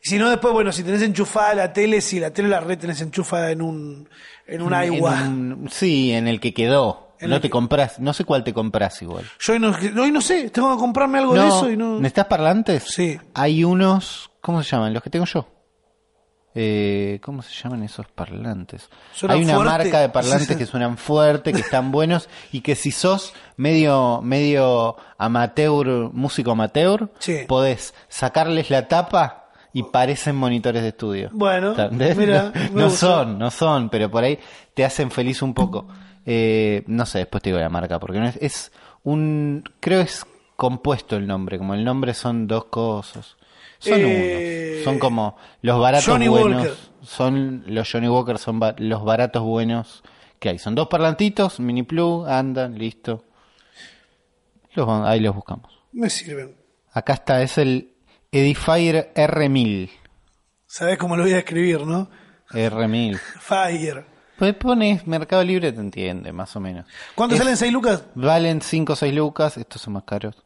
Speaker 1: si no, después, bueno, si tenés enchufada la tele, si la tele la red tenés enchufada en un, en un
Speaker 2: En
Speaker 1: agua.
Speaker 2: un- sí en el que quedó
Speaker 1: En
Speaker 2: no
Speaker 1: la-
Speaker 2: te compras, no sé cuál te compras igual.
Speaker 1: Yo hoy no, hoy no sé, tengo que comprarme algo de eso y no.
Speaker 2: ¿Necesitas parlantes?
Speaker 1: Sí.
Speaker 2: Hay unos, ¿cómo se llaman? Los que tengo yo. Eh, ¿Cómo se llaman esos parlantes?
Speaker 1: Suenan
Speaker 2: Hay una
Speaker 1: fuerte.
Speaker 2: marca de parlantes que suenan fuerte, que están buenos y que si sos medio medio amateur, músico amateur,
Speaker 1: Sí.
Speaker 2: podés sacarles la tapa y parecen monitores de estudio.
Speaker 1: Bueno,
Speaker 2: ¿Entendés?
Speaker 1: mira, me
Speaker 2: no, no
Speaker 1: gusta.
Speaker 2: son, no son, pero por ahí te hacen feliz un poco. Eh, no sé, después te digo la marca, porque no es, es un. Creo es compuesto el nombre, como el nombre son dos cosas. Son
Speaker 1: Eh,
Speaker 2: unos. Son como los baratos
Speaker 1: Johnny
Speaker 2: buenos.
Speaker 1: Walker.
Speaker 2: Son los Johnny Walker, son ba- los baratos buenos que hay. Son dos parlantitos, mini plug, andan, listo. Los, van- ahí los buscamos.
Speaker 1: Me sirven.
Speaker 2: Acá está, es el Edifier R1000.
Speaker 1: Sabés cómo lo voy a escribir, ¿no?
Speaker 2: R1000.
Speaker 1: Fire.
Speaker 2: Pues pones Mercado Libre, te entiende, más o menos.
Speaker 1: ¿Cuánto
Speaker 2: Es-
Speaker 1: salen 6 lucas?
Speaker 2: Valen 5 o 6 lucas, estos son más caros.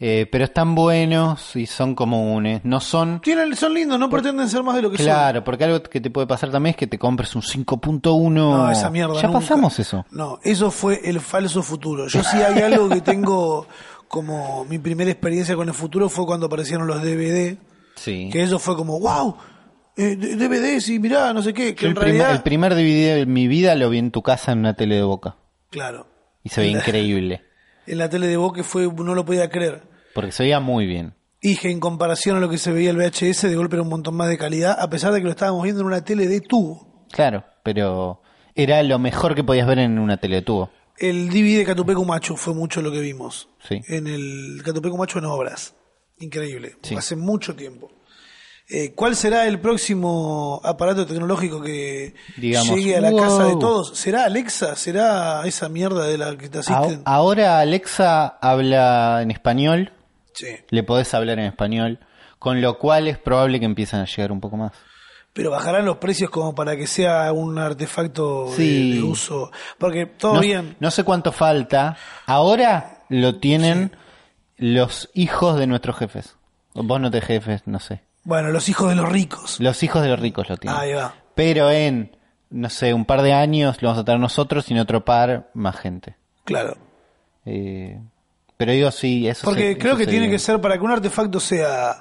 Speaker 2: Eh, pero están buenos y son comunes. No son.
Speaker 1: Tienen, son lindos, no pretenden ser más de lo que
Speaker 2: Claro, porque algo que te puede pasar también es que te compres un 5.1.
Speaker 1: son. No, esa mierda.
Speaker 2: Ya
Speaker 1: nunca.
Speaker 2: pasamos eso.
Speaker 1: No, eso fue el falso futuro. Yo sí hay algo que tengo como mi primera experiencia con el futuro fue cuando aparecieron los DVD,
Speaker 2: Sí.
Speaker 1: que eso fue como, wow, eh, d- DVDs y mirá, no sé qué, que
Speaker 2: Yo
Speaker 1: en
Speaker 2: el, prim-
Speaker 1: realidad...
Speaker 2: el primer DVD de mi vida lo vi en tu casa en una tele de boca.
Speaker 1: Claro,
Speaker 2: Y se veía increíble.
Speaker 1: en la tele de Boque fue, no lo podía creer.
Speaker 2: Porque se veía muy bien.
Speaker 1: Y que en comparación a lo que se veía el VHS, de golpe era un montón más de calidad, a pesar de que lo estábamos viendo en una tele de tubo.
Speaker 2: Claro, pero era lo mejor que podías ver en una tele de tubo.
Speaker 1: El DVD de Catupecu Machu fue mucho lo que vimos.
Speaker 2: Sí.
Speaker 1: En el Catupecu Machu en obras. Increíble.
Speaker 2: Sí.
Speaker 1: Hace mucho tiempo. Eh, ¿Cuál será el próximo aparato tecnológico que
Speaker 2: Digamos,
Speaker 1: llegue a la
Speaker 2: wow.
Speaker 1: casa de todos? ¿Será Alexa? ¿Será esa mierda de la que te asisten?
Speaker 2: Ah, Ahora Alexa habla en español.
Speaker 1: Sí.
Speaker 2: le podés hablar en español, con lo cual es probable que empiecen a llegar un poco más.
Speaker 1: Pero bajarán los precios como para que sea un artefacto de-
Speaker 2: Sí.
Speaker 1: de, uso. Porque todo
Speaker 2: no,
Speaker 1: bien.
Speaker 2: no sé cuánto falta. Ahora lo tienen los hijos de nuestros jefes. Vos no te jefes, no sé.
Speaker 1: Bueno, los hijos de los ricos.
Speaker 2: Los hijos de los ricos lo tienen.
Speaker 1: Ahí va.
Speaker 2: Pero en, no sé, un par de años lo vamos a tener nosotros y en otro par más gente.
Speaker 1: Claro.
Speaker 2: Eh, pero digo, sí, eso
Speaker 1: Porque
Speaker 2: se-
Speaker 1: creo
Speaker 2: eso
Speaker 1: que
Speaker 2: se
Speaker 1: tiene
Speaker 2: viene.
Speaker 1: que ser, para que un artefacto sea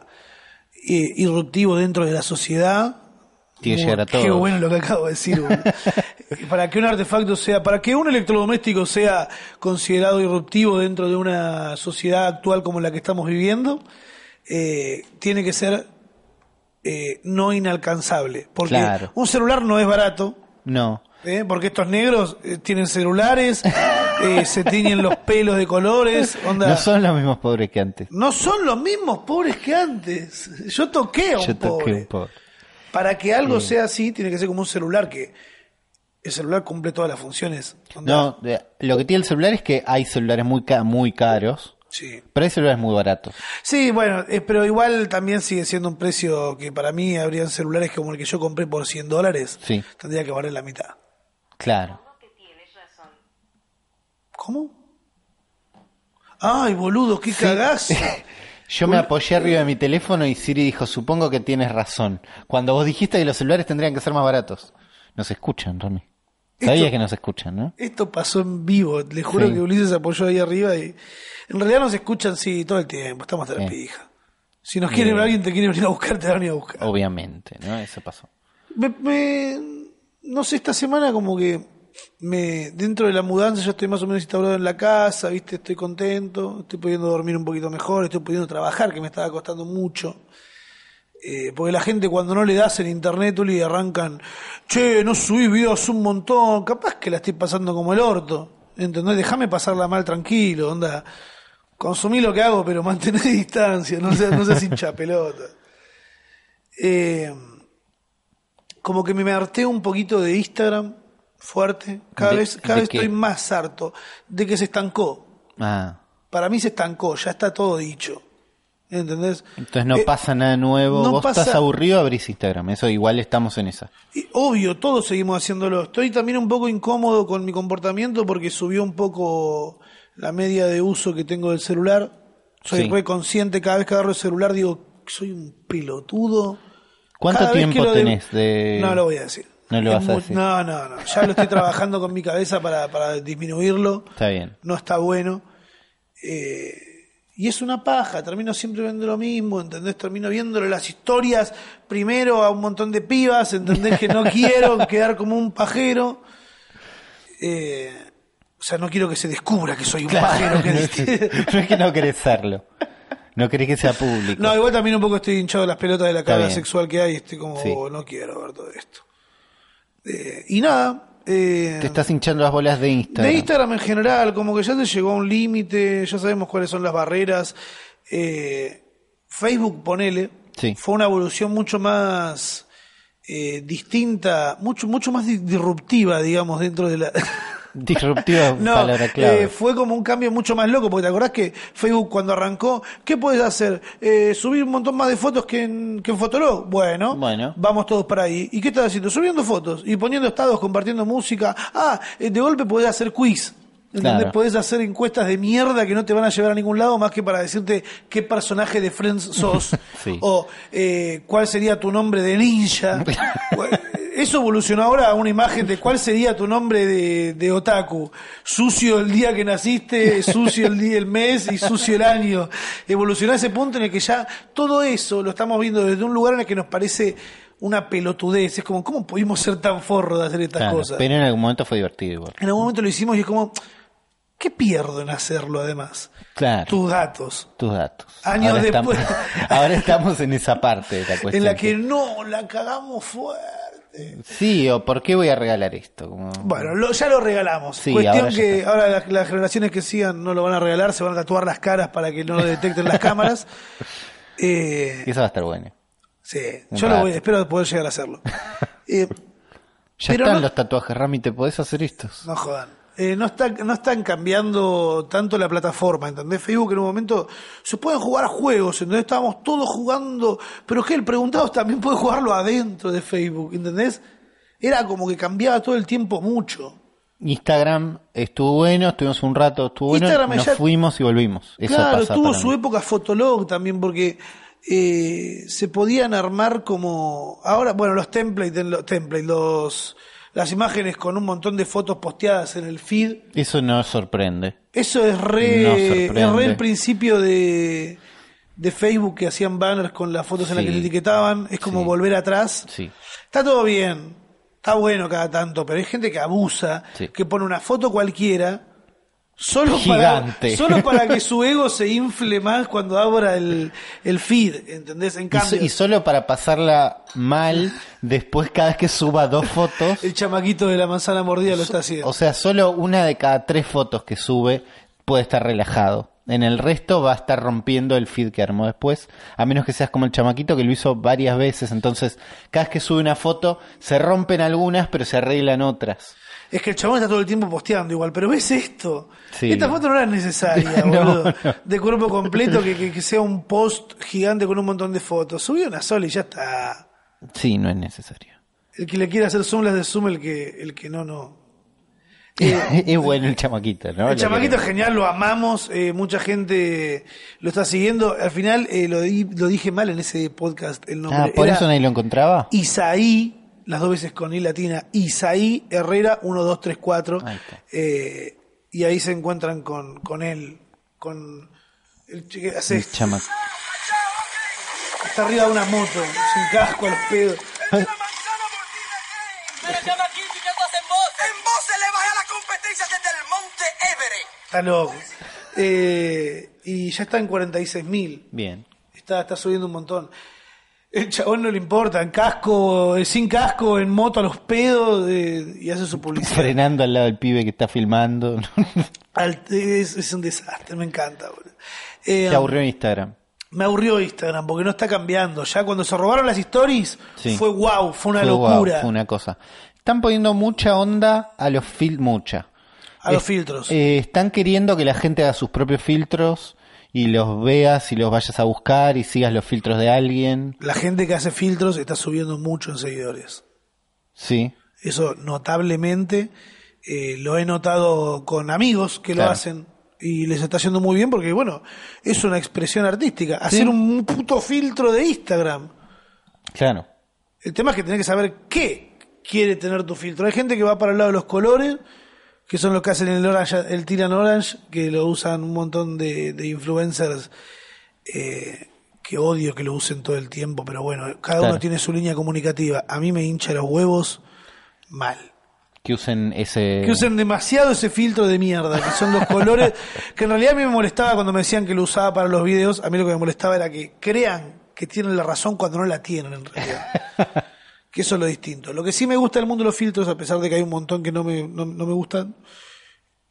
Speaker 1: eh, irruptivo dentro de la sociedad.
Speaker 2: Tiene que
Speaker 1: Uy,
Speaker 2: llegar a todos.
Speaker 1: Qué bueno lo que acabo de decir. boludo. para que un artefacto sea, para que un electrodoméstico sea considerado irruptivo dentro de una sociedad actual como la que estamos viviendo, eh, tiene que ser eh, no inalcanzable. Porque
Speaker 2: Claro.
Speaker 1: un celular no es barato.
Speaker 2: No.
Speaker 1: ¿Eh? Porque estos negros eh, tienen celulares, eh, se tiñen los pelos de colores, onda.
Speaker 2: No son los mismos pobres que antes.
Speaker 1: No son los mismos pobres que antes. Yo toqué a un,
Speaker 2: Yo toqué
Speaker 1: pobre.
Speaker 2: un pobre.
Speaker 1: Para que algo sea así, tiene que ser como un celular que el celular cumple todas las funciones. onda.
Speaker 2: No, de- lo que tiene el celular es que hay celulares muy, ca- muy caros,
Speaker 1: Sí.
Speaker 2: pero hay celulares muy baratos.
Speaker 1: Sí, bueno, eh, pero igual también sigue siendo un precio que para mí habrían celulares como el que yo compré por 100 dólares.
Speaker 2: Sí.
Speaker 1: Tendría que valer la mitad.
Speaker 2: Claro.
Speaker 1: ¿Cómo? Ay, boludo, qué cagazo.
Speaker 2: Yo me apoyé arriba de mi teléfono y Siri dijo, supongo que tienes razón. Cuando vos dijiste que los celulares tendrían que ser más baratos. Nos escuchan, Rami. Sabías
Speaker 1: Esto-
Speaker 2: que nos escuchan, ¿no?
Speaker 1: Esto pasó en vivo, le juro
Speaker 2: Sí.
Speaker 1: que Ulises apoyó ahí arriba y en realidad nos escuchan sí todo el tiempo, estamos hasta la
Speaker 2: Sí.
Speaker 1: pija. Si nos quiere
Speaker 2: Bien.
Speaker 1: alguien te quiere venir a buscar, te van a venir a buscar.
Speaker 2: Obviamente, ¿no? Eso pasó.
Speaker 1: Me- me- no sé, esta semana como que me dentro de la mudanza ya estoy más o menos instaurado en la casa, viste, estoy contento, estoy pudiendo dormir un poquito mejor, estoy pudiendo trabajar, que me estaba costando mucho. Eh, porque la gente cuando no le das en internet, Uli, arrancan, che, no subís videos un montón, capaz que la estoy pasando como el orto, ¿entendés? Déjame pasarla mal tranquilo, onda. Consumí lo que hago, pero mantener distancia, no seas, no seas hincha pelota. Eh, como que me harté un poquito de Instagram fuerte, cada
Speaker 2: ¿De-
Speaker 1: vez, cada
Speaker 2: de
Speaker 1: vez
Speaker 2: qué?
Speaker 1: estoy más harto de que se estancó.
Speaker 2: Ah.
Speaker 1: Para mí se estancó, ya está todo dicho. ¿Entendés?
Speaker 2: Entonces no
Speaker 1: Eh,
Speaker 2: pasa nada nuevo.
Speaker 1: no
Speaker 2: vos estás
Speaker 1: pasa-
Speaker 2: aburrido, abrís Instagram. Eso igual estamos en esa.
Speaker 1: Y obvio, todos seguimos haciéndolo. Estoy también un poco incómodo con mi comportamiento porque subió un poco la media de uso que tengo del celular. Soy
Speaker 2: Sí.
Speaker 1: re consciente, cada vez que agarro el celular digo, soy un pelotudo.
Speaker 2: ¿Cuánto
Speaker 1: Cada vez que
Speaker 2: tiempo
Speaker 1: lo de-
Speaker 2: tenés de...?
Speaker 1: No lo voy a decir.
Speaker 2: No lo
Speaker 1: Es
Speaker 2: vas a
Speaker 1: mu-
Speaker 2: decir.
Speaker 1: No, no, no. Ya lo estoy trabajando con mi cabeza para, para disminuirlo.
Speaker 2: Está bien.
Speaker 1: No está bueno. Eh, y es una paja. Termino siempre viendo lo mismo, ¿entendés? Termino viéndole las historias primero a un montón de pibas, ¿entendés? Que no quiero quedar como un pajero. Eh, o sea, no quiero que se descubra que soy un pajero. que diste-
Speaker 2: no es que no querés serlo. No querés que sea público.
Speaker 1: No, igual también un poco estoy hinchado de las pelotas de la carga
Speaker 2: bien.
Speaker 1: sexual que hay. Estoy como,
Speaker 2: Sí.
Speaker 1: "Oh, no quiero ver todo esto. Eh, y nada. eh,
Speaker 2: Te estás hinchando las bolas de Instagram.
Speaker 1: de Instagram en general, como que ya te llegó a un límite, ya sabemos cuáles son las barreras. Eh, Facebook, ponele,
Speaker 2: Sí.
Speaker 1: fue una evolución mucho más eh, distinta, mucho, mucho más di- disruptiva, digamos, dentro de la...
Speaker 2: Disruptiva
Speaker 1: No,
Speaker 2: palabra clave.
Speaker 1: eh, fue como un cambio mucho más loco, porque te acordás que Facebook cuando arrancó, ¿qué puedes hacer? Eh, subir un montón más de fotos que en, que en Fotolog. Bueno,
Speaker 2: Bueno.
Speaker 1: vamos todos para ahí. ¿Y qué estás haciendo? Subiendo fotos y poniendo estados, compartiendo música. Ah, eh, de golpe podés hacer quiz. ¿Entendés?
Speaker 2: Claro.
Speaker 1: Podés hacer encuestas de mierda que no te van a llevar a ningún lado más que para decirte qué personaje de Friends sos
Speaker 2: Sí.
Speaker 1: o eh, cuál sería tu nombre de ninja. Bueno, Eso evolucionó ahora a una imagen de cuál sería tu nombre de, de otaku. Sucio el día que naciste, sucio el día, el mes y sucio el año. Evolucionó a ese punto en el que ya todo eso lo estamos viendo desde un lugar en el que nos parece una pelotudez. Es como, ¿cómo pudimos ser tan forros de hacer estas
Speaker 2: Claro,
Speaker 1: cosas?
Speaker 2: Pero en algún momento fue divertido igual.
Speaker 1: En algún momento lo hicimos y es como, ¿qué pierdo en hacerlo además?
Speaker 2: Claro.
Speaker 1: Tus datos.
Speaker 2: Tus datos.
Speaker 1: Años
Speaker 2: ahora
Speaker 1: después.
Speaker 2: Estamos, ahora estamos en esa parte de la cuestión.
Speaker 1: En la que no, la cagamos fuerte.
Speaker 2: Sí, o ¿por qué voy a regalar esto? Como-
Speaker 1: Bueno, lo- ya lo regalamos.
Speaker 2: Sí,
Speaker 1: Cuestión
Speaker 2: ahora ya
Speaker 1: que ahora las, las generaciones que sigan no lo van a regalar, se van a tatuar las caras para que no lo detecten las cámaras. Eh,
Speaker 2: Eso va a estar bueno.
Speaker 1: sí,
Speaker 2: Un
Speaker 1: yo lo voy,
Speaker 2: rato.
Speaker 1: espero poder llegar a hacerlo. Eh,
Speaker 2: Ya
Speaker 1: Pero
Speaker 2: están
Speaker 1: no-
Speaker 2: los tatuajes, Rami, ¿te podés hacer estos?
Speaker 1: no jodan. Eh, no, está- no están cambiando tanto la plataforma, ¿entendés? Facebook en un momento se pueden jugar a juegos, ¿entendés? Estábamos todos jugando, pero es que el preguntado también puede jugarlo adentro de Facebook, ¿entendés? Era como que cambiaba todo el tiempo mucho.
Speaker 2: Instagram estuvo bueno, estuvimos un rato, estuvo bueno,
Speaker 1: Instagram
Speaker 2: nos
Speaker 1: ya-
Speaker 2: fuimos y volvimos. Eso
Speaker 1: claro,
Speaker 2: pasa
Speaker 1: tuvo
Speaker 2: para
Speaker 1: su
Speaker 2: mí.
Speaker 1: época Fotolog también, porque eh, se podían armar como. Ahora, bueno, los templates, los templates, los, las imágenes con un montón de fotos posteadas en el feed.
Speaker 2: Eso no sorprende.
Speaker 1: Eso es
Speaker 2: No
Speaker 1: re,
Speaker 2: sorprende.
Speaker 1: es re el principio de, de Facebook que hacían banners con las fotos en las que
Speaker 2: Sí.
Speaker 1: te etiquetaban. Es como
Speaker 2: Sí.
Speaker 1: volver atrás.
Speaker 2: Sí.
Speaker 1: Está todo bien, está bueno cada tanto, pero hay gente que abusa,
Speaker 2: Sí.
Speaker 1: que pone una foto cualquiera, solo para,
Speaker 2: Gigante.
Speaker 1: solo para que su ego se infle más cuando abra el, el feed, ¿entendés? En
Speaker 2: Y, so-
Speaker 1: cambio,
Speaker 2: y solo para pasarla mal después cada vez que suba dos fotos.
Speaker 1: el chamaquito de la manzana mordida lo está haciendo.
Speaker 2: O sea, solo una de cada tres fotos que sube puede estar relajado. En el resto va a estar rompiendo el feed que armó después, a menos que seas como el chamaquito que lo hizo varias veces. Entonces, cada vez que sube una foto, se rompen algunas, pero se arreglan otras.
Speaker 1: Es que el chabón está todo el tiempo posteando igual, pero ves esto.
Speaker 2: Sí.
Speaker 1: Esta foto no era necesaria,
Speaker 2: No,
Speaker 1: boludo.
Speaker 2: no.
Speaker 1: De cuerpo completo, que, que- que sea un post gigante con un montón de fotos. Subí una sola y ya está.
Speaker 2: Sí, no es necesario.
Speaker 1: El que le quiera hacer zoom, las de zoom, el que, el que no, no.
Speaker 2: es bueno el chamaquito, ¿no?
Speaker 1: Eh, El chamaquito es genial, lo amamos, eh, mucha gente lo está siguiendo. Al final eh, lo, di- lo dije mal en ese podcast el nombre.
Speaker 2: Ah, ¿por
Speaker 1: Era
Speaker 2: eso nadie lo encontraba?
Speaker 1: Isaí, las dos veces con I latina, Isaí Herrera 1234.
Speaker 2: Ahí está.
Speaker 1: Eh, y ahí se encuentran con, con él, con... El, ch- que hace-
Speaker 2: El chama-
Speaker 1: está arriba de una moto, sin casco a los pedos.
Speaker 3: Pero chamaquito, ¿y ¿qué estás en voz? En voz se le baja la competencia desde el monte Everett.
Speaker 1: Está loco. Eh, y ya está en 46 mil.
Speaker 2: Bien.
Speaker 1: Está, está subiendo un montón. El chabón no le importa, en casco, eh, sin casco, en moto a los pedos eh, y hace su publicidad.
Speaker 2: Frenando al lado del pibe que está filmando.
Speaker 1: Al- es, es un desastre, me encanta. boludo. Eh,
Speaker 2: Se aburrió en Instagram.
Speaker 1: me aburrió Instagram porque no está cambiando. Ya cuando se robaron las stories
Speaker 2: Sí.
Speaker 1: fue wow, fue una
Speaker 2: Fue guau,
Speaker 1: locura.
Speaker 2: fue una cosa. Están poniendo mucha onda a los filtros. Mucha.
Speaker 1: A los
Speaker 2: Es-
Speaker 1: filtros.
Speaker 2: eh, están queriendo que la gente haga sus propios filtros y los veas y los vayas a buscar y sigas los filtros de alguien.
Speaker 1: La gente que hace filtros está subiendo mucho en seguidores.
Speaker 2: Sí.
Speaker 1: Eso notablemente eh, lo he notado con amigos que lo
Speaker 2: Claro.
Speaker 1: hacen y les está yendo muy bien porque, bueno, es una expresión artística. Hacer un puto filtro de Instagram.
Speaker 2: Claro.
Speaker 1: El tema es que tenés que saber qué quiere tener tu filtro. Hay gente que va para el lado de los colores, que son los que hacen el, orange, el Tiran Orange, que lo usan un montón de, de influencers eh, que odio que lo usen todo el tiempo, pero bueno, cada
Speaker 2: Claro.
Speaker 1: uno tiene su línea comunicativa. A mí me hincha los huevos mal.
Speaker 2: Que usen ese.
Speaker 1: Que usen demasiado ese filtro de mierda, que son los colores, que en realidad a mí me molestaba cuando me decían que lo usaba para los videos, a mí lo que me molestaba era que crean que tienen la razón cuando no la tienen en realidad. que eso es lo distinto. Lo que sí me gusta del mundo de los filtros, a pesar de que hay un montón que no me, no, no me gustan,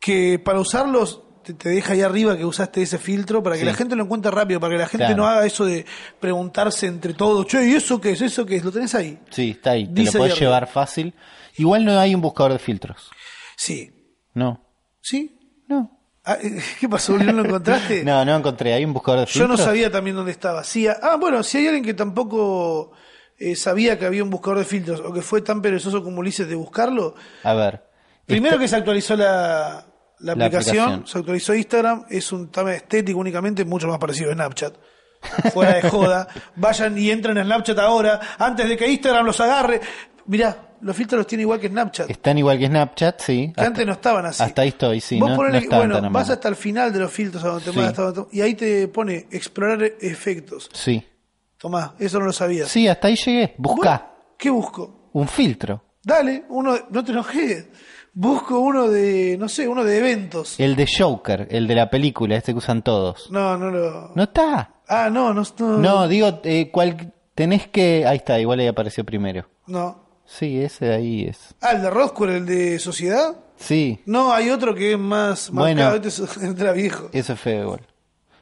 Speaker 1: que para usarlos te, te deja ahí arriba que usaste ese filtro para que
Speaker 2: Sí.
Speaker 1: la gente lo encuentre rápido, para que la gente
Speaker 2: Claro.
Speaker 1: no haga eso de preguntarse entre todos, che, ¿y eso qué es? ¿Eso qué es? Lo tenés ahí.
Speaker 2: Sí, está ahí. Te lo
Speaker 1: Dice
Speaker 2: podés
Speaker 1: ahí arriba.
Speaker 2: llevar fácil. Igual no hay un buscador de filtros.
Speaker 1: Sí.
Speaker 2: No.
Speaker 1: ¿Sí?
Speaker 2: No.
Speaker 1: Ah, ¿Qué pasó? Uli? ¿No lo encontraste?
Speaker 2: No, no encontré. Hay un buscador de
Speaker 1: Yo
Speaker 2: filtros.
Speaker 1: no sabía también dónde estaba. Sí, ah, ah, bueno, si hay alguien que tampoco eh, sabía que había un buscador de filtros o que fue tan perezoso como Ulises de buscarlo,
Speaker 2: A ver.
Speaker 1: primero que se actualizó la, la
Speaker 2: Este La
Speaker 1: aplicación,
Speaker 2: aplicación.
Speaker 1: se actualizó Instagram, es un tema estético únicamente, mucho más parecido a Snapchat. Fuera de joda. Vayan y entren a Snapchat ahora, antes de que Instagram los agarre. Mirá, los filtros los tiene igual que Snapchat.
Speaker 2: Están igual que Snapchat, sí.
Speaker 1: Que antes no estaban así.
Speaker 2: hasta ahí estoy, sí,
Speaker 1: Vos
Speaker 2: no-
Speaker 1: ponele
Speaker 2: no
Speaker 1: que-
Speaker 2: estaban
Speaker 1: bueno,
Speaker 2: tan a
Speaker 1: vas
Speaker 2: mano.
Speaker 1: hasta el final de los filtros a donde te
Speaker 2: Sí.
Speaker 1: mandas, hasta donde- y ahí te pone explorar efectos.
Speaker 2: Sí.
Speaker 1: Tomás, eso no lo sabías.
Speaker 2: Sí, hasta ahí llegué. Buscá
Speaker 1: Bueno, ¿Qué busco?
Speaker 2: un filtro.
Speaker 1: Dale, uno, de- no te enojes. Busco uno de, no sé, uno de eventos.
Speaker 2: El de Joker, el de la película, este que usan todos.
Speaker 1: No, no lo.
Speaker 2: No está.
Speaker 1: Ah, no, no. No.
Speaker 2: No, digo, eh, cual, tenés que... Ahí está, igual ahí apareció primero.
Speaker 1: no.
Speaker 2: Sí, ese de ahí es.
Speaker 1: Ah, el de Roscoe, el de Sociedad.
Speaker 2: Sí,
Speaker 1: No, hay otro que es más
Speaker 2: Bueno.
Speaker 1: marcado. Este es- este era viejo.
Speaker 2: ese es feo igual.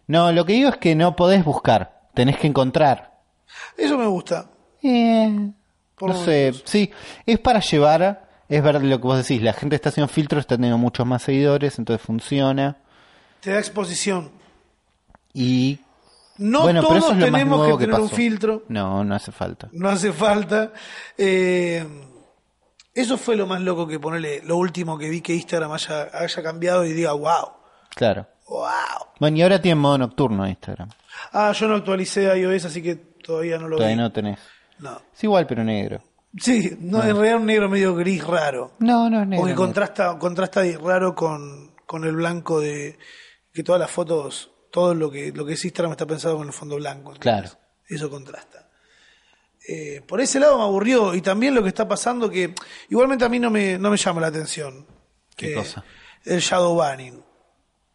Speaker 2: No, lo que digo es que no podés buscar, tenés que encontrar.
Speaker 1: Eso me gusta.
Speaker 2: Eh,
Speaker 1: Por
Speaker 2: no
Speaker 1: lo
Speaker 2: sé, sí, es para llevar, es verdad lo que vos decís, la gente está haciendo filtros, está teniendo muchos más seguidores, entonces funciona.
Speaker 1: Te da exposición.
Speaker 2: Y
Speaker 1: No
Speaker 2: bueno, pero eso
Speaker 1: todos
Speaker 2: es lo más
Speaker 1: tenemos
Speaker 2: nuevo
Speaker 1: que,
Speaker 2: que
Speaker 1: tener un
Speaker 2: pasó.
Speaker 1: filtro.
Speaker 2: No, no hace falta.
Speaker 1: No hace falta. Eh, eso fue lo más loco que ponerle. Lo último que vi que Instagram haya, haya cambiado y diga, wow,
Speaker 2: Claro.
Speaker 1: wow.
Speaker 2: Bueno, y ahora tiene modo nocturno Instagram.
Speaker 1: Ah, yo no actualicé iOS, así que todavía no lo
Speaker 2: Todavía
Speaker 1: vi.
Speaker 2: no tenés.
Speaker 1: No.
Speaker 2: Es igual, pero negro.
Speaker 1: Sí, no, en realidad un negro medio gris raro.
Speaker 2: No, no es negro.
Speaker 1: Porque
Speaker 2: negro.
Speaker 1: contrasta, contrasta de raro con, con el blanco de que todas las fotos, todo lo que, lo que es Instagram está pensado con el fondo blanco. ¿entendés?
Speaker 2: Claro.
Speaker 1: Eso contrasta. Eh, por ese lado me aburrió y también lo que está pasando que igualmente a mí no me, no me llama la atención.
Speaker 2: ¿Qué
Speaker 1: Eh,
Speaker 2: cosa?
Speaker 1: El shadow banning.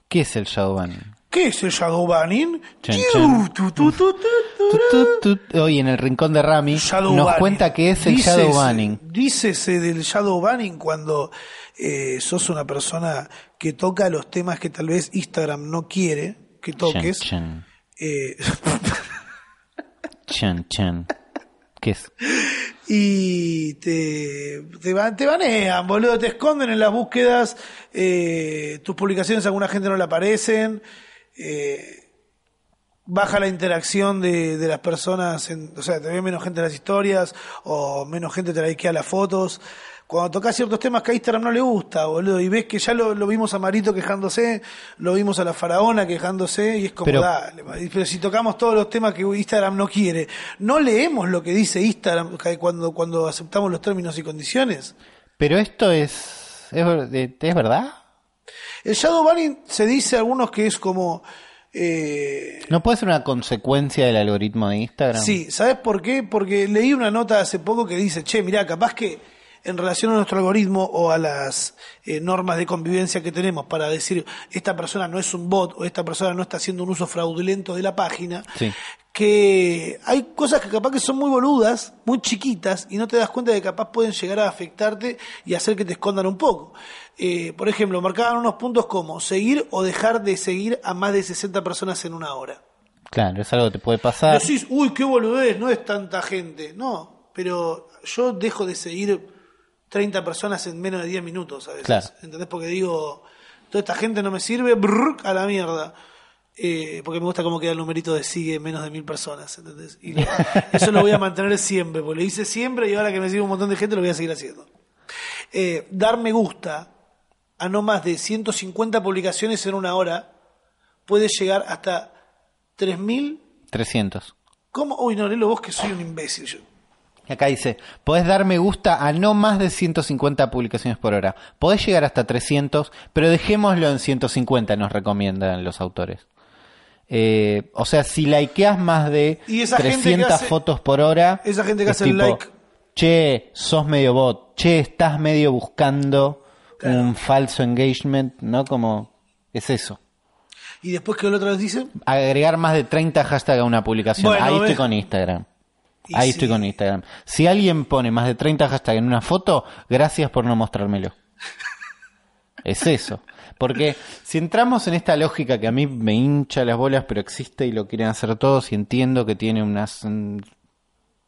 Speaker 2: ¿Qué es el Shadowban?
Speaker 1: ¿Qué es el shadow banning?
Speaker 2: Chan, chan.
Speaker 1: Tu, tu, tu, tu, tu,
Speaker 2: Tut, tut, tut. Hoy en el rincón de Rami
Speaker 1: Shadow
Speaker 2: nos
Speaker 1: banning.
Speaker 2: cuenta que es el
Speaker 1: Dícese-
Speaker 2: shadow banning.
Speaker 1: Dícese del shadow banning cuando eh, sos una persona que toca los temas que tal vez Instagram no quiere que toques.
Speaker 2: Chan,
Speaker 1: eh,
Speaker 2: chan, chan, chan. ¿Qué es?
Speaker 1: y te, te, ba- te banean, boludo, te esconden en las búsquedas, eh, tus publicaciones a alguna gente no le aparecen, eh, baja la interacción de, de las personas, en- o sea, te ve menos gente en las historias o menos gente te likea las fotos. Cuando tocas ciertos temas que a Instagram no le gusta, boludo, y ves que ya lo, lo vimos a Marito quejándose, lo vimos a la faraona quejándose, y es como,
Speaker 2: Pero-
Speaker 1: dale, ma- pero si tocamos todos los temas que Instagram no quiere, ¿no leemos lo que dice Instagram ca- cuando, cuando aceptamos los términos y condiciones?
Speaker 2: Pero esto es. ¿Es, ver- eh, ¿es verdad?
Speaker 1: El shadow banning se dice a algunos que es como... eh,
Speaker 2: ¿No puede ser una consecuencia del algoritmo de Instagram?
Speaker 1: Sí, ¿sabes por qué? Porque leí una nota hace poco que dice, che, mirá, capaz que en relación a nuestro algoritmo o a las eh, normas de convivencia que tenemos para decir esta persona no es un bot o esta persona no está haciendo un uso fraudulento de la página,
Speaker 2: Sí.
Speaker 1: que hay cosas que capaz que son muy boludas, muy chiquitas, y no te das cuenta de que capaz pueden llegar a afectarte y hacer que te escondan un poco. Eh, por ejemplo, marcaban unos puntos como seguir o dejar de seguir a más de 60 personas en una hora.
Speaker 2: Claro, es algo que te puede pasar.
Speaker 1: Decís, uy, qué boludez, no es tanta gente. No, pero yo dejo de seguir 30 personas en menos de 10 minutos a veces.
Speaker 2: Claro.
Speaker 1: ¿Entendés? Porque digo, toda esta gente no me sirve, brrr, a la mierda. Eh, porque me gusta cómo queda el numerito de sigue menos de mil personas, ¿entendés? Y lo- eso lo voy a mantener siempre, porque lo hice siempre y ahora que me sigue un montón de gente lo voy a seguir haciendo. Eh, dar me gusta a no más de 150 publicaciones en una hora puede llegar hasta 3.000
Speaker 2: 300.
Speaker 1: ¿Cómo? Uy, no, Lelo, vos que soy un imbécil yo.
Speaker 2: Y acá dice, podés dar me gusta a no más de 150 publicaciones por hora. Podés llegar hasta 300, pero dejémoslo en 150, nos recomiendan los autores. Eh, o sea, si likeas más de
Speaker 1: Y esa gente que
Speaker 2: 300
Speaker 1: hace-
Speaker 2: fotos por hora,
Speaker 1: esa gente que
Speaker 2: es
Speaker 1: hace el like.
Speaker 2: Che, sos medio bot. Che, estás medio buscando un falso engagement, ¿no? Como es eso.
Speaker 1: Y después que la otra vez dice.
Speaker 2: Agregar más de 30 hashtags a una publicación.
Speaker 1: Bueno,
Speaker 2: Ahí estoy
Speaker 1: ves.
Speaker 2: con Instagram.
Speaker 1: y
Speaker 2: Ahí
Speaker 1: sí.
Speaker 2: estoy con Instagram. Si alguien pone más de 30 hashtags en una foto, gracias por no mostrármelo. Es eso. Porque si entramos en esta lógica que a mí me hincha las bolas, pero existe y lo quieren hacer todos, y entiendo que tiene unas, un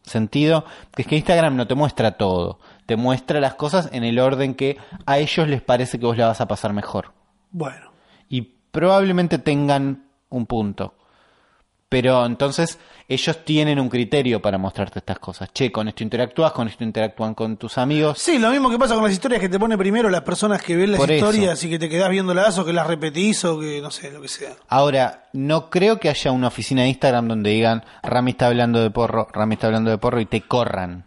Speaker 2: sentido, que es que Instagram no te muestra todo. Te muestra las cosas en el orden que a ellos les parece que vos la vas a pasar mejor
Speaker 1: Bueno.
Speaker 2: y probablemente tengan un punto. Pero entonces ellos tienen un criterio para mostrarte estas cosas. Che, con esto interactúas, con esto interactúan con tus amigos.
Speaker 1: Sí, lo mismo que pasa con las historias que te pone primero las personas que ven las
Speaker 2: Por eso.
Speaker 1: historias y que te quedás viéndolas o que las repetís o que no sé, lo que sea.
Speaker 2: Ahora, no creo que haya una oficina de Instagram donde digan, Rami está hablando de porro, Rami está hablando de porro y te corran.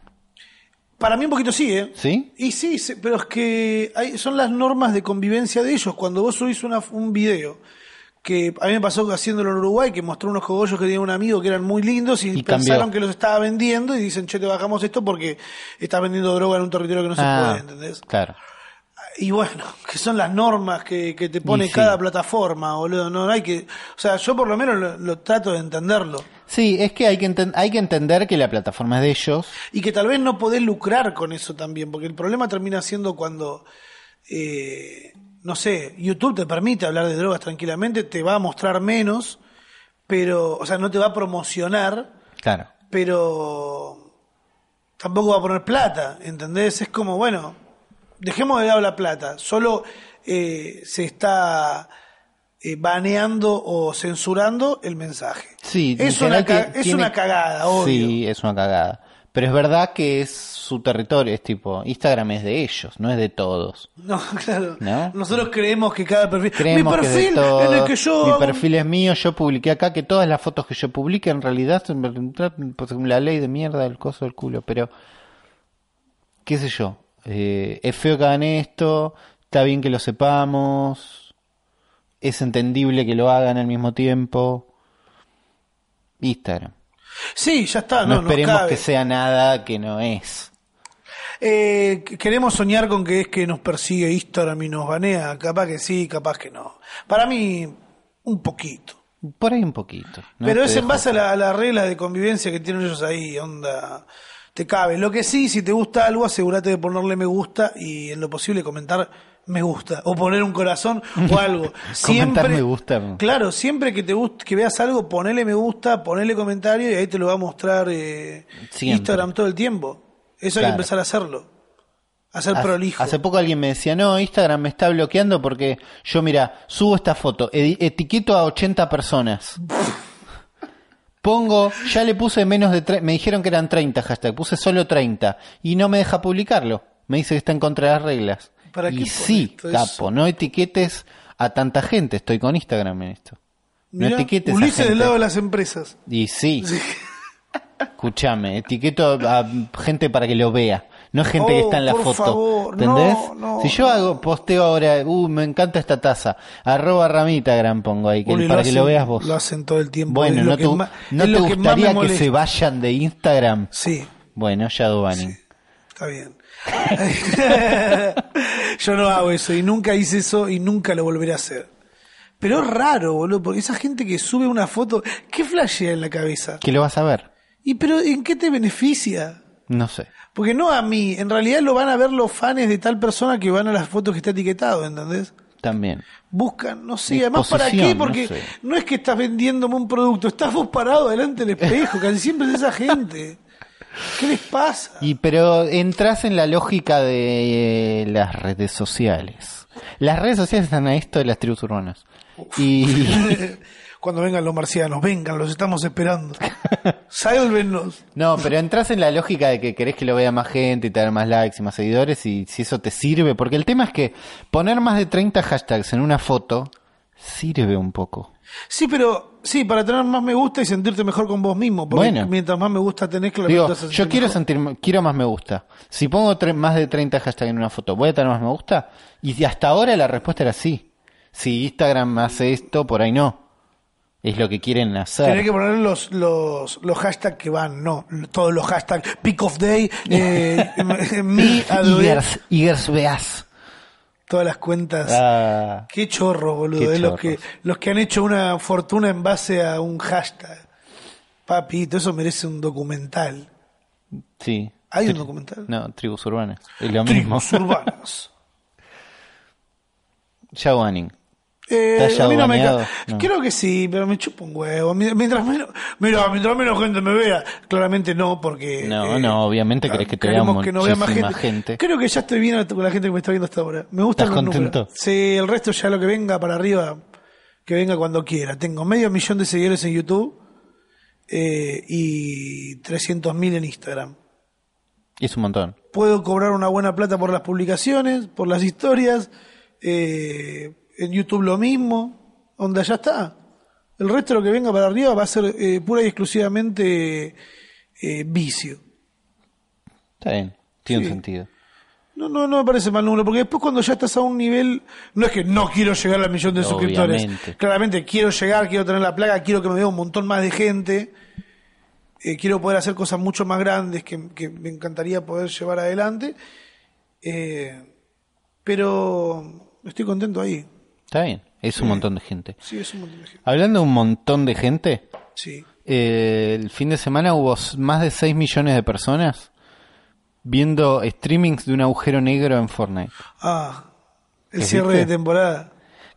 Speaker 1: Para mí un poquito sí, ¿eh?
Speaker 2: ¿Sí?
Speaker 1: Y sí, se- pero es que hay- son las normas de convivencia de ellos. Cuando vos subís una- un video, que a mí me pasó haciéndolo en Uruguay, que mostró unos cogollos que tenía un amigo que eran muy lindos y,
Speaker 2: Y
Speaker 1: pensaron
Speaker 2: cambió.
Speaker 1: que los estaba vendiendo y dicen, che, te bajamos esto porque estás vendiendo droga en un territorio que no
Speaker 2: Ah.
Speaker 1: se puede, ¿entendés?
Speaker 2: claro.
Speaker 1: Y bueno, que son las normas que, que te pone
Speaker 2: Y sí.
Speaker 1: cada plataforma, boludo. No, no hay que. O sea, yo por lo menos lo, lo trato de entenderlo.
Speaker 2: Sí, es que hay que, enten- hay que entender que la plataforma es de ellos.
Speaker 1: Y que tal vez no podés lucrar con eso también, porque el problema termina siendo cuando. eh, no sé, YouTube te permite hablar de drogas tranquilamente, te va a mostrar menos, pero. O sea, no te va a promocionar,
Speaker 2: Claro.
Speaker 1: pero. Tampoco va a poner plata, ¿entendés? Es como, bueno, dejemos de lado la plata, solo eh, se está. eh, baneando o censurando el mensaje.
Speaker 2: Sí,
Speaker 1: es
Speaker 2: en
Speaker 1: una,
Speaker 2: general
Speaker 1: ca-
Speaker 2: tie-
Speaker 1: es
Speaker 2: tiene-
Speaker 1: una cagada, obvio.
Speaker 2: Sí, es una cagada. Pero es verdad que es su territorio, es tipo, Instagram es de ellos, no es de todos.
Speaker 1: No, claro.
Speaker 2: ¿No?
Speaker 1: Nosotros creemos que cada perfil.
Speaker 2: Creemos
Speaker 1: mi
Speaker 2: que es de
Speaker 1: perfil
Speaker 2: todos,
Speaker 1: en el que yo.
Speaker 2: mi
Speaker 1: hago-
Speaker 2: perfil es mío, yo publiqué acá que todas las fotos que yo publique en realidad son pues, según la ley de mierda del coso del culo, pero qué sé yo, eh, es feo que hagan esto, está bien que lo sepamos, es entendible que lo hagan al mismo tiempo. Instagram.
Speaker 1: Sí, ya está.
Speaker 2: no
Speaker 1: Ah, No, nos
Speaker 2: esperemos
Speaker 1: cabe.
Speaker 2: que sea nada que no es.
Speaker 1: Eh, qu- queremos soñar con que es que nos persigue Instagram y nos banea. Capaz que sí, capaz que no. Para mí, un poquito.
Speaker 2: Por ahí un poquito. ¿no?
Speaker 1: Pero
Speaker 2: Te
Speaker 1: es en
Speaker 2: dejo-
Speaker 1: base a la, a la regla de convivencia que tienen ellos ahí, onda. Te cabe. Lo que sí, si te gusta algo, asegúrate de ponerle me gusta y en lo posible comentar me gusta o poner un corazón o algo.
Speaker 2: Comentar me gusta, ¿no?
Speaker 1: Claro, siempre que te guste, que veas algo, ponele me gusta, ponele comentario y ahí te lo va a mostrar eh,
Speaker 2: Siempre.
Speaker 1: Instagram todo el tiempo. Eso hay
Speaker 2: Claro.
Speaker 1: que empezar a hacerlo. A ser
Speaker 2: Hace-
Speaker 1: prolijo.
Speaker 2: Hace poco alguien me decía, no, Instagram me está bloqueando porque yo, mira, subo esta foto, edi- etiqueto a 80 personas. Pongo, ya le puse menos de tre- me dijeron que eran 30 hashtag, puse solo 30 y no me deja publicarlo. Me dice que está en contra de las reglas.
Speaker 1: ¿Para qué
Speaker 2: y
Speaker 1: pone
Speaker 2: sí,
Speaker 1: esto? Es-
Speaker 2: capo, no etiquetes a tanta gente, estoy con Instagram en esto. No
Speaker 1: Mirá,
Speaker 2: etiquetes a
Speaker 1: Ulises del
Speaker 2: gente.
Speaker 1: lado de las empresas.
Speaker 2: Y sí. Escúchame, etiqueto a, a gente para que lo vea, no gente que
Speaker 1: Oh,
Speaker 2: está en la
Speaker 1: por
Speaker 2: foto.
Speaker 1: favor, no,
Speaker 2: ¿Entendés?
Speaker 1: no,
Speaker 2: si yo
Speaker 1: no.
Speaker 2: hago posteo ahora, uh, me encanta esta taza, arroba ramitagram pongo ahí, que-
Speaker 1: Bueno, y
Speaker 2: para que
Speaker 1: hacen-
Speaker 2: lo veas vos.
Speaker 1: Lo hacen todo el tiempo.
Speaker 2: bueno,
Speaker 1: Es lo
Speaker 2: ¿no
Speaker 1: que
Speaker 2: te,
Speaker 1: más-
Speaker 2: no
Speaker 1: es
Speaker 2: te
Speaker 1: lo que más me
Speaker 2: gustaría que,
Speaker 1: molesta.
Speaker 2: se vayan de Instagram?
Speaker 1: Sí.
Speaker 2: Bueno, Shadowbanning.
Speaker 1: Está bien. Yo no hago eso y nunca hice eso y nunca lo volveré a hacer. Pero es raro, boludo, porque esa gente que sube una foto, ¿qué flashea en la cabeza?
Speaker 2: Que lo vas a ver,
Speaker 1: ¿Y pero en qué te beneficia?
Speaker 2: no sé.
Speaker 1: Porque no a mí, en realidad lo van a ver los fans de tal persona que van a las fotos que está etiquetado, ¿entendés?
Speaker 2: También.
Speaker 1: Buscan, no sé, además para qué,
Speaker 2: Exposición,
Speaker 1: porque
Speaker 2: no
Speaker 1: no,
Speaker 2: sé.
Speaker 1: es que estás vendiéndome un producto, estás vos parado delante del espejo, casi siempre es esa gente. ¿Qué les pasa?
Speaker 2: Y pero entras en la lógica de eh, las redes sociales. Las redes sociales están a esto de las tribus urbanas. Y
Speaker 1: Cuando vengan los marcianos, vengan, los estamos esperando. Sálvenos.
Speaker 2: No, pero entras en la lógica de que querés que lo vea más gente y tener más likes y más seguidores y si eso te sirve, porque el tema es que poner más de 30 hashtags en una foto sirve un poco.
Speaker 1: Sí, pero Sí, para tener más me gusta y sentirte mejor con vos mismo. Porque
Speaker 2: Bueno.
Speaker 1: mientras más me gusta tenés, claramente
Speaker 2: Digo,
Speaker 1: vas a
Speaker 2: yo
Speaker 1: sentir
Speaker 2: quiero
Speaker 1: mejor.
Speaker 2: sentir, quiero más me gusta. Si pongo tre- más de 30 hashtags en una foto, ¿voy a tener más me gusta? Y hasta ahora la respuesta era sí. Si Instagram hace esto, por ahí no. Es lo que quieren hacer.
Speaker 1: Tenés que poner los, los, los hashtags que van, no. Todos los hashtags. Pick of day, eh, me, Adobe,
Speaker 2: Igers, Igers Beas.
Speaker 1: todas las cuentas.
Speaker 2: Ah,
Speaker 1: Qué chorro, boludo.
Speaker 2: Qué
Speaker 1: eh, Los,
Speaker 2: chorros.
Speaker 1: que, los que han hecho una fortuna en base a un hashtag. Papito, eso merece un documental.
Speaker 2: sí.
Speaker 1: ¿Hay un
Speaker 2: Tri-
Speaker 1: documental?
Speaker 2: No, tribus urbanas. Es lo mismo.
Speaker 1: Tribus urbanas.
Speaker 2: Chao, Anning.
Speaker 1: Eh,
Speaker 2: ¿Te has
Speaker 1: a mí no me
Speaker 2: baneado?
Speaker 1: ca-
Speaker 2: No.
Speaker 1: Creo que sí, pero me chupa un huevo. Mi- Mientras menos, mira, mientras menos gente me vea, claramente no, porque. eh,
Speaker 2: No, no, obviamente querés que te vea
Speaker 1: queremos que no vea más
Speaker 2: muchísima
Speaker 1: gente.
Speaker 2: gente.
Speaker 1: Creo que ya estoy bien con la gente que me está viendo hasta ahora. Me gustan los
Speaker 2: ¿Estás contento?
Speaker 1: números. Sí, el resto ya lo que venga para arriba, que venga cuando quiera. Tengo medio millón de seguidores en YouTube eh, y 300.000 en Instagram.
Speaker 2: Es un montón.
Speaker 1: Puedo cobrar una buena plata por las publicaciones, por las historias. eh, en YouTube lo mismo. Onda, ya está. El resto de lo que venga para arriba va a ser eh, pura y exclusivamente eh, vicio.
Speaker 2: Está bien. Tiene
Speaker 1: Sí.
Speaker 2: un sentido.
Speaker 1: No, no, no me parece mal número, porque después cuando ya estás a un nivel, no es que no quiero llegar al millón de suscriptores.
Speaker 2: Obviamente.
Speaker 1: Claramente quiero llegar, quiero tener la plaga, quiero que me vea un montón más de gente. eh, quiero poder hacer cosas mucho más grandes que, que me encantaría poder llevar adelante. Eh, pero estoy contento ahí.
Speaker 2: Está bien. Es un montón de gente.
Speaker 1: Sí, es un montón de gente.
Speaker 2: Hablando de un montón de gente,
Speaker 1: Sí.
Speaker 2: eh, el fin de semana hubo s- más de 6 millones de personas viendo streamings de un agujero negro en Fortnite.
Speaker 1: Ah, el
Speaker 2: ¿Qué
Speaker 1: cierre de
Speaker 2: viste?
Speaker 1: temporada.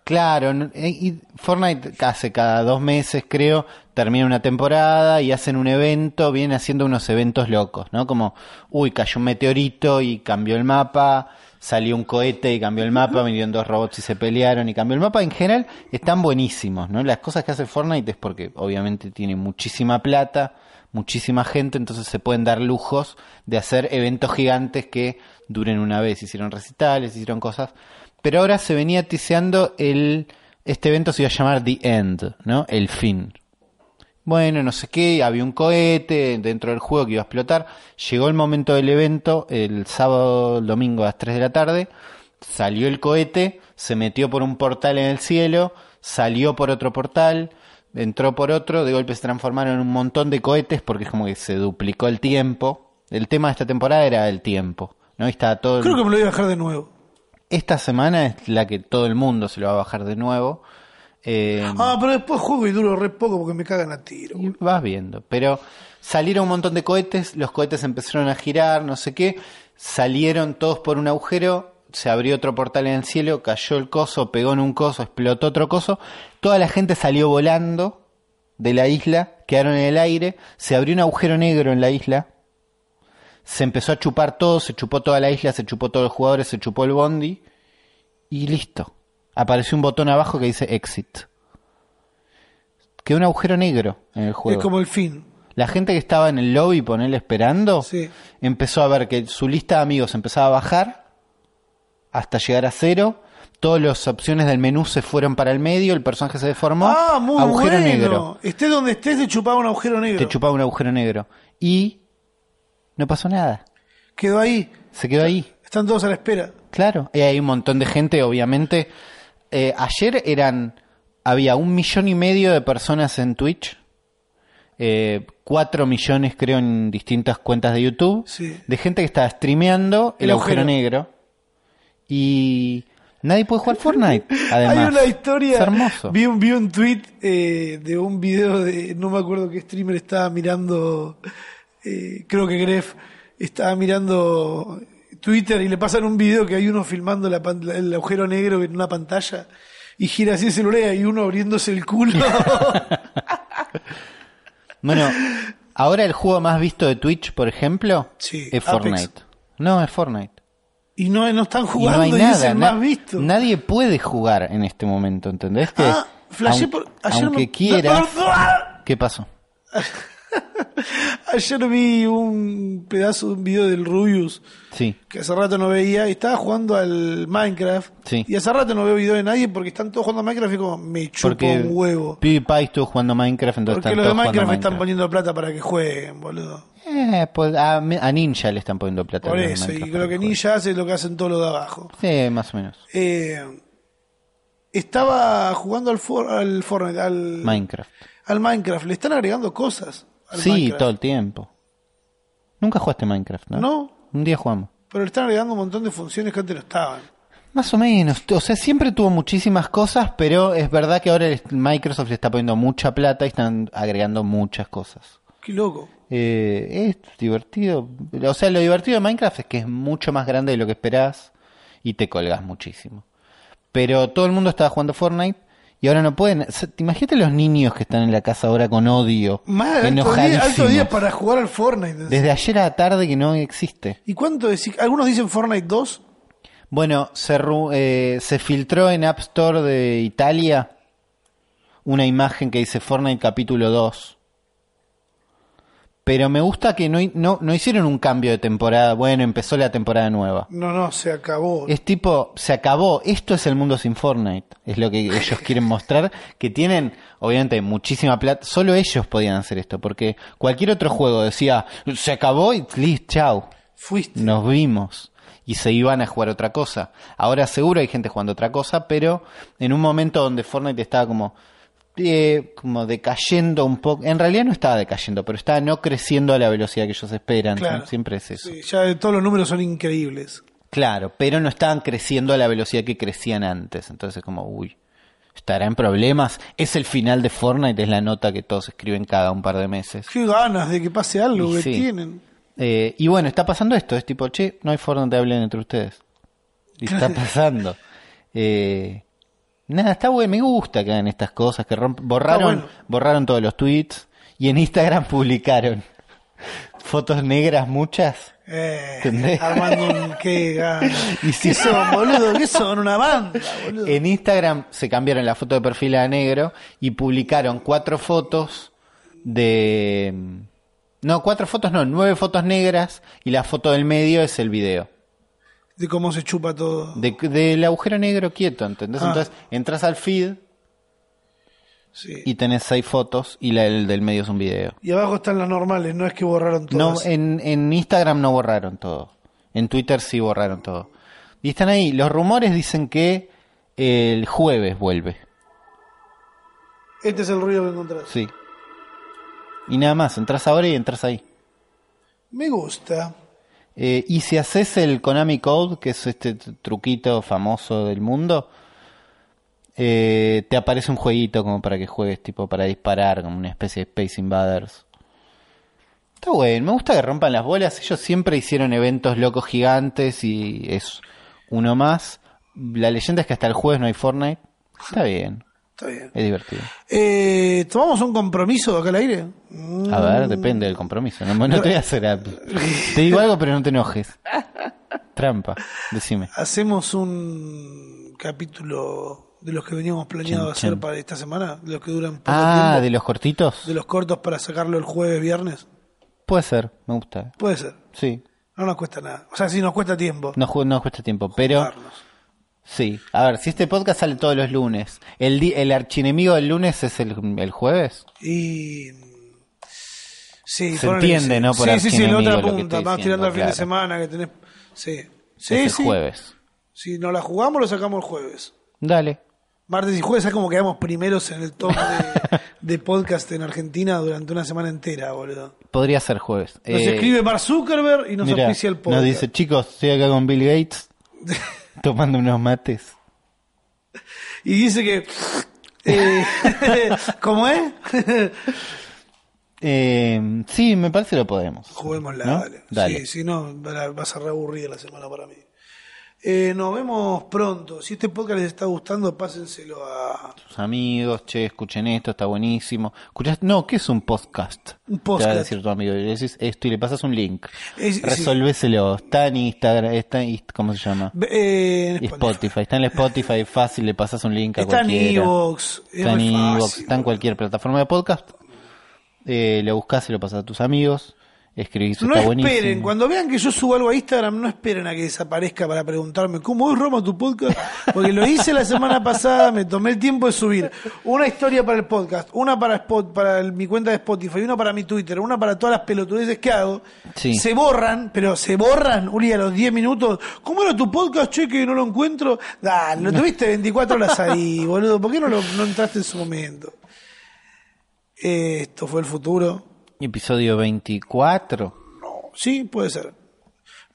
Speaker 2: Claro, no- eh, y Fortnite hace cada dos meses, creo, termina una temporada y hacen un evento, vienen haciendo unos eventos locos, ¿no? Como, uy, cayó un meteorito y cambió el mapa, salió un cohete y cambió el mapa, vinieron dos robots y se pelearon y cambió el mapa. En general, están buenísimos, ¿no? Las cosas que hace Fortnite es porque obviamente tiene muchísima plata, muchísima gente, entonces se pueden dar lujos de hacer eventos gigantes que duren una vez. Hicieron recitales, hicieron cosas. Pero ahora se venía tiseando el. Este evento se iba a llamar The End, ¿no? El fin. Bueno, no sé qué, había un cohete dentro del juego que iba a explotar. Llegó el momento del evento, el sábado, el domingo a las 3 de la tarde. Salió el cohete, se metió por un portal en el cielo, salió por otro portal, entró por otro. De golpe se transformaron en un montón de cohetes porque es como que se duplicó el tiempo. El tema de esta temporada era el tiempo, ¿no? Y estaba todo. el-
Speaker 1: Creo que me lo voy a bajar de nuevo.
Speaker 2: esta semana es la que todo el mundo se lo va a bajar de nuevo. Eh,
Speaker 1: Ah, pero después juego y duro re poco porque me cagan a tiro.
Speaker 2: y vas viendo. Pero salieron un montón de cohetes, los cohetes empezaron a girar, no sé qué. Salieron todos por un agujero, se abrió otro portal en el cielo, cayó el coso, pegó en un coso, explotó otro coso. Toda la gente salió volando de la isla, quedaron en el aire, se abrió un agujero negro en la isla. Se empezó a chupar todo, se chupó toda la isla, se chupó todos los jugadores, se chupó el bondi y listo. Apareció un botón abajo que dice exit. Quedó un agujero negro en el juego.
Speaker 1: Es como el fin.
Speaker 2: La gente que estaba en el lobby, ponele esperando,
Speaker 1: Sí.
Speaker 2: empezó a ver que su lista de amigos empezaba a bajar hasta llegar a cero. Todas las opciones del menú se fueron para el medio, el personaje se deformó.
Speaker 1: Ah, muy
Speaker 2: agujero
Speaker 1: bueno.
Speaker 2: negro.
Speaker 1: Estés donde estés, te chupaba un agujero negro.
Speaker 2: Te chupaba un agujero negro. Y no pasó nada.
Speaker 1: Quedó ahí.
Speaker 2: Se quedó ahí.
Speaker 1: Están todos a la espera.
Speaker 2: Claro, y hay un montón de gente, obviamente. Eh, ayer eran, había un millón y medio de personas en Twitch, eh, cuatro millones creo en distintas cuentas de YouTube,
Speaker 1: Sí.
Speaker 2: de gente que estaba streameando el,
Speaker 1: El
Speaker 2: agujero.
Speaker 1: agujero.
Speaker 2: negro. Y nadie puede jugar Fortnite, además.
Speaker 1: Hay una historia.
Speaker 2: Es hermoso.
Speaker 1: Vi un, vi un tweet eh, de un video de. No me acuerdo qué streamer estaba mirando. eh, creo que Gref estaba mirando Twitter y le pasan un video que hay uno filmando la pan- el agujero negro en una pantalla. Y gira así el celular y hay uno abriéndose el culo.
Speaker 2: Bueno, ahora el juego más visto de Twitch, por ejemplo,
Speaker 1: Sí,
Speaker 2: es
Speaker 1: Apex.
Speaker 2: Fortnite. No, es Fortnite.
Speaker 1: y no, no están
Speaker 2: Y no
Speaker 1: jugando
Speaker 2: hay
Speaker 1: y, es
Speaker 2: nada,
Speaker 1: el
Speaker 2: na-
Speaker 1: más visto.
Speaker 2: nadie puede jugar en este momento, ¿entendés? Que
Speaker 1: Ah, flashé
Speaker 2: aun-
Speaker 1: por- ayer
Speaker 2: aunque
Speaker 1: me-
Speaker 2: quieras, ¿qué pasó?
Speaker 1: Ayer vi un pedazo de un video del Rubius
Speaker 2: Sí.
Speaker 1: que hace rato no veía y estaba jugando al Minecraft.
Speaker 2: Sí.
Speaker 1: Y hace rato no veo video de nadie porque están todos jugando a Minecraft y como me chupo
Speaker 2: Porque
Speaker 1: un huevo.
Speaker 2: PewDiePie estuvo jugando Minecraft, entonces
Speaker 1: Porque
Speaker 2: están
Speaker 1: los de
Speaker 2: todos jugando
Speaker 1: Minecraft me están
Speaker 2: Minecraft.
Speaker 1: poniendo plata para que jueguen, boludo.
Speaker 2: Eh, pues, a, a Ninja le están poniendo plata.
Speaker 1: Por
Speaker 2: a los de
Speaker 1: eso, y
Speaker 2: Minecraft
Speaker 1: creo
Speaker 2: para
Speaker 1: que
Speaker 2: jueguen.
Speaker 1: Ninja hace lo que hacen todos los de abajo.
Speaker 2: Sí, más o menos.
Speaker 1: Eh, estaba jugando al, For- al Fortnite, al,
Speaker 2: Minecraft.
Speaker 1: al Minecraft. Le están agregando cosas al
Speaker 2: Sí,
Speaker 1: Minecraft.
Speaker 2: todo el tiempo. Nunca jugaste Minecraft, ¿no?
Speaker 1: No.
Speaker 2: Un día jugamos.
Speaker 1: Pero le están agregando un montón de funciones que antes no estaban.
Speaker 2: Más o menos. O sea, siempre tuvo muchísimas cosas, pero es verdad que ahora el- Microsoft le está poniendo mucha plata y están agregando muchas cosas.
Speaker 1: Qué loco.
Speaker 2: Eh, es divertido. O sea, lo divertido de Minecraft es que es mucho más grande de lo que esperás y te colgas muchísimo. Pero todo el mundo estaba jugando Fortnite y ahora no pueden. O sea, ¿te imagínate los niños que están en la casa ahora con odio.
Speaker 1: Mal, alto día,
Speaker 2: enojadísimos.
Speaker 1: alto día para jugar al Fortnite.
Speaker 2: Desde ayer a la tarde que no existe.
Speaker 1: ¿Y cuánto decís? Algunos dicen Fortnite 2.
Speaker 2: Bueno, se, ru- eh, se filtró en App Store de Italia una imagen que dice Fortnite capítulo 2. Pero me gusta que no, hi- no, no hicieron un cambio de temporada. Bueno, empezó la temporada nueva.
Speaker 1: No, no, se acabó.
Speaker 2: Es tipo, se acabó. Esto es el mundo sin Fortnite. Es lo que ellos quieren mostrar. Que tienen, obviamente, muchísima plata. Solo ellos podían hacer esto. Porque cualquier otro juego decía, se acabó y listo, chao.
Speaker 1: Fuiste.
Speaker 2: Nos vimos y se iban a jugar otra cosa. Ahora seguro hay gente jugando otra cosa, pero en un momento donde Fortnite estaba como eh, como decayendo un poco, en realidad no estaba decayendo, pero estaba no creciendo a la velocidad que ellos esperan,
Speaker 1: Claro.
Speaker 2: siempre es eso.
Speaker 1: Sí, ya todos los números son increíbles.
Speaker 2: Claro, pero no estaban creciendo a la velocidad que crecían antes, entonces como, uy, estará en problemas, es el final de Fortnite, es la nota que todos escriben cada un par de meses.
Speaker 1: Qué ganas de que pase algo
Speaker 2: Y
Speaker 1: que
Speaker 2: sí.
Speaker 1: tienen.
Speaker 2: Eh, y bueno, está pasando esto, es tipo, che, no hay forma de hablen entre ustedes. Y está pasando. Eh, nada, está bueno, me gusta que hagan estas cosas, que romp- borraron,
Speaker 1: bueno.
Speaker 2: borraron todos los tweets y en Instagram publicaron fotos negras muchas.
Speaker 1: Eh,
Speaker 2: ¿Entendés?
Speaker 1: armando un qué ganas.
Speaker 2: Y sí.
Speaker 1: ¿Qué son, boludo? ¿Qué son? Una banda, boludo.
Speaker 2: En Instagram se cambiaron la foto de perfil a negro y publicaron cuatro fotos de... mm, No, cuatro fotos no, nueve fotos negras y la foto del medio es el video.
Speaker 1: De cómo se chupa todo.
Speaker 2: De- del agujero negro quieto, ¿entendés?
Speaker 1: Ah.
Speaker 2: Entonces entras al feed
Speaker 1: Sí.
Speaker 2: y tenés seis fotos y la del, del medio es un video.
Speaker 1: Y abajo están las normales, no es que borraron
Speaker 2: No, eh.
Speaker 1: todas.
Speaker 2: en, en Instagram no borraron todo. En Twitter sí borraron todo. Y están ahí. Los rumores dicen que el jueves vuelve.
Speaker 1: Este es el ruido que encontrás.
Speaker 2: Sí. Y nada más, entras ahora y entras ahí.
Speaker 1: Me gusta.
Speaker 2: Eh, y si haces el Konami Code, que es este t- truquito famoso del mundo, eh, te aparece un jueguito como para que juegues, tipo para disparar, como una especie de Space Invaders. Está bueno, me gusta que rompan las bolas. Ellos siempre hicieron eventos locos gigantes y es uno más. La leyenda es que hasta el jueves no hay Fortnite. Está bien,
Speaker 1: Está bien.
Speaker 2: es divertido.
Speaker 1: Eh, ¿Tomamos un compromiso acá al aire? Mm.
Speaker 2: A ver, depende del compromiso. No, no te voy a hacer. a- Te digo algo, pero no te enojes. Trampa, decime.
Speaker 1: Hacemos un capítulo de los que veníamos planeados
Speaker 2: Chan,
Speaker 1: hacer
Speaker 2: chan.
Speaker 1: para esta semana, de los que duran poco
Speaker 2: Ah,
Speaker 1: tiempo,
Speaker 2: de los cortitos.
Speaker 1: de los cortos para sacarlo el jueves, viernes.
Speaker 2: Puede ser, me gusta.
Speaker 1: Puede ser.
Speaker 2: Sí,
Speaker 1: No nos cuesta nada. O sea, sí nos cuesta tiempo.
Speaker 2: no, ju- no cuesta tiempo, pero
Speaker 1: juntarnos.
Speaker 2: sí. A ver, si este podcast sale todos los lunes, ¿el, di- el archienemigo del lunes es el, el jueves?
Speaker 1: Y. Sí,
Speaker 2: Se
Speaker 1: ponele que
Speaker 2: entiende,
Speaker 1: sí.
Speaker 2: ¿no? Por
Speaker 1: sí, sí, sí, la
Speaker 2: archienemigo
Speaker 1: otra
Speaker 2: lo que estoy
Speaker 1: punta, más
Speaker 2: diciendo,
Speaker 1: tirando al fin de
Speaker 2: claro.
Speaker 1: semana que tenés. Sí. Sí,
Speaker 2: es el
Speaker 1: sí.
Speaker 2: jueves.
Speaker 1: Si nos la jugamos, lo sacamos el jueves.
Speaker 2: Dale.
Speaker 1: Martes y jueves es como quedamos primeros en el top de, de podcast en Argentina durante una semana entera, boludo.
Speaker 2: Podría ser jueves.
Speaker 1: Nos
Speaker 2: Eh,
Speaker 1: escribe Mark Zuckerberg y nos
Speaker 2: mirá,
Speaker 1: auspicia el podcast.
Speaker 2: Nos dice, chicos, estoy acá con Bill Gates tomando unos mates.
Speaker 1: Y dice que. eh, ¿Cómo es?
Speaker 2: Eh, sí, me parece que lo podemos.
Speaker 1: Juguémosla,
Speaker 2: ¿no?
Speaker 1: dale.
Speaker 2: Dale.
Speaker 1: Sí, si no, va va a ser reaburrida la semana para mí. Eh, nos vemos pronto. Si este podcast les está gustando, pásenselo a.
Speaker 2: Sus amigos, che, escuchen esto, está buenísimo. ¿Escuchaste? No, ¿qué es un podcast?
Speaker 1: Un
Speaker 2: Te va
Speaker 1: podcast.
Speaker 2: a decir tu amigo, y le decís esto y le pasas un link.
Speaker 1: Es- sí.
Speaker 2: Resolvéselo. Está en Instagram, está en, Inst- ¿cómo se llama?
Speaker 1: Ve- eh, en
Speaker 2: Y
Speaker 1: Spotify.
Speaker 2: Spotify. Está en el Spotify, fácil, le pasas un link a
Speaker 1: Está en
Speaker 2: cualquiera.
Speaker 1: Evox.
Speaker 2: está en Evox, está en cualquier plataforma de podcast. eh, lo buscás, se lo pasás a tus amigos, escribís,
Speaker 1: No
Speaker 2: está
Speaker 1: esperen,
Speaker 2: buenísimo.
Speaker 1: cuando vean que yo subo algo a Instagram, no esperen a que desaparezca para preguntarme cómo es Roma tu podcast, porque lo hice la semana pasada, me tomé el tiempo de subir una historia para el podcast, una para Spot, para el- mi cuenta de Spotify, una para mi Twitter, una para todas las pelotudeces que hago.
Speaker 2: Sí.
Speaker 1: Se borran, pero se borran, Uli, a los 10 minutos. ¿Cómo era tu podcast, che, que no lo encuentro? Dale, lo tuviste 24 horas ahí, boludo. ¿Por qué no, lo, no entraste en su momento? Eh, Esto fue el futuro.
Speaker 2: Episodio 24.
Speaker 1: Sí, puede ser.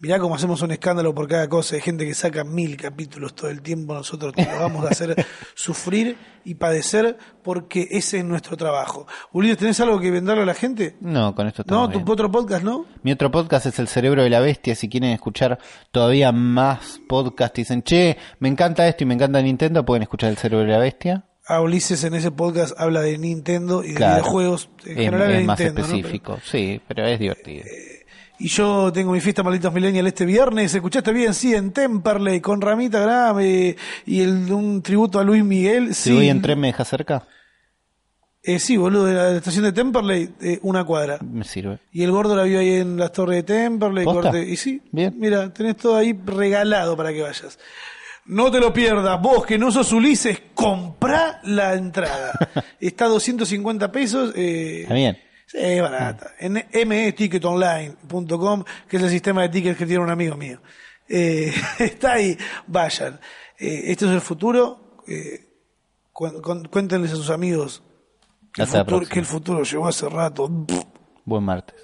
Speaker 1: Mirá cómo hacemos un escándalo por cada cosa. Hay gente que saca mil capítulos todo el tiempo. Nosotros te los vamos a hacer sufrir y padecer porque ese es nuestro trabajo. Julio, ¿tenés algo que venderle a la gente?
Speaker 2: No, con esto estamos
Speaker 1: No, tu
Speaker 2: bien.
Speaker 1: otro podcast, ¿no?
Speaker 2: Mi otro podcast es El Cerebro de la Bestia. Si quieren escuchar todavía más podcast y dicen, che, me encanta esto y me encanta Nintendo, pueden escuchar El Cerebro de la Bestia.
Speaker 1: A Ah, Ulises en ese podcast habla de Nintendo y de
Speaker 2: Claro.
Speaker 1: videojuegos. En
Speaker 2: Es,
Speaker 1: general
Speaker 2: es
Speaker 1: de
Speaker 2: más
Speaker 1: Nintendo, ¿no? Eh,
Speaker 2: específico, sí, pero es divertido.
Speaker 1: Pero- Y yo tengo mi fiesta Malditos Millennial este viernes. Escuchaste bien, sí, en Temperley, con Ramita Graham eh, y el, un tributo a Luis Miguel.
Speaker 2: Si
Speaker 1: sí,
Speaker 2: voy en tren, ¿me deja cerca?
Speaker 1: Eh, sí, boludo, de la estación de Temperley, eh, una cuadra.
Speaker 2: Me sirve.
Speaker 1: Y el gordo la vio ahí en las torres de Temperley.
Speaker 2: ¿Posta?
Speaker 1: corte- Y sí,
Speaker 2: Bien.
Speaker 1: mira, tenés todo ahí regalado para que vayas. No te lo pierdas, vos que no sos Ulises, comprá la entrada. Está a 250 pesos. Eh,
Speaker 2: Está bien. Ah.
Speaker 1: Sí, es barata. En meticketonline.com, que es el sistema de tickets que tiene un amigo mío. Eh, está ahí, vayan. Eh, este es el futuro. Eh, cuen- cuen- cuéntenles a sus amigos que el,
Speaker 2: Hasta la
Speaker 1: futuro,
Speaker 2: próxima.
Speaker 1: que el futuro llegó hace rato.
Speaker 2: Buen martes.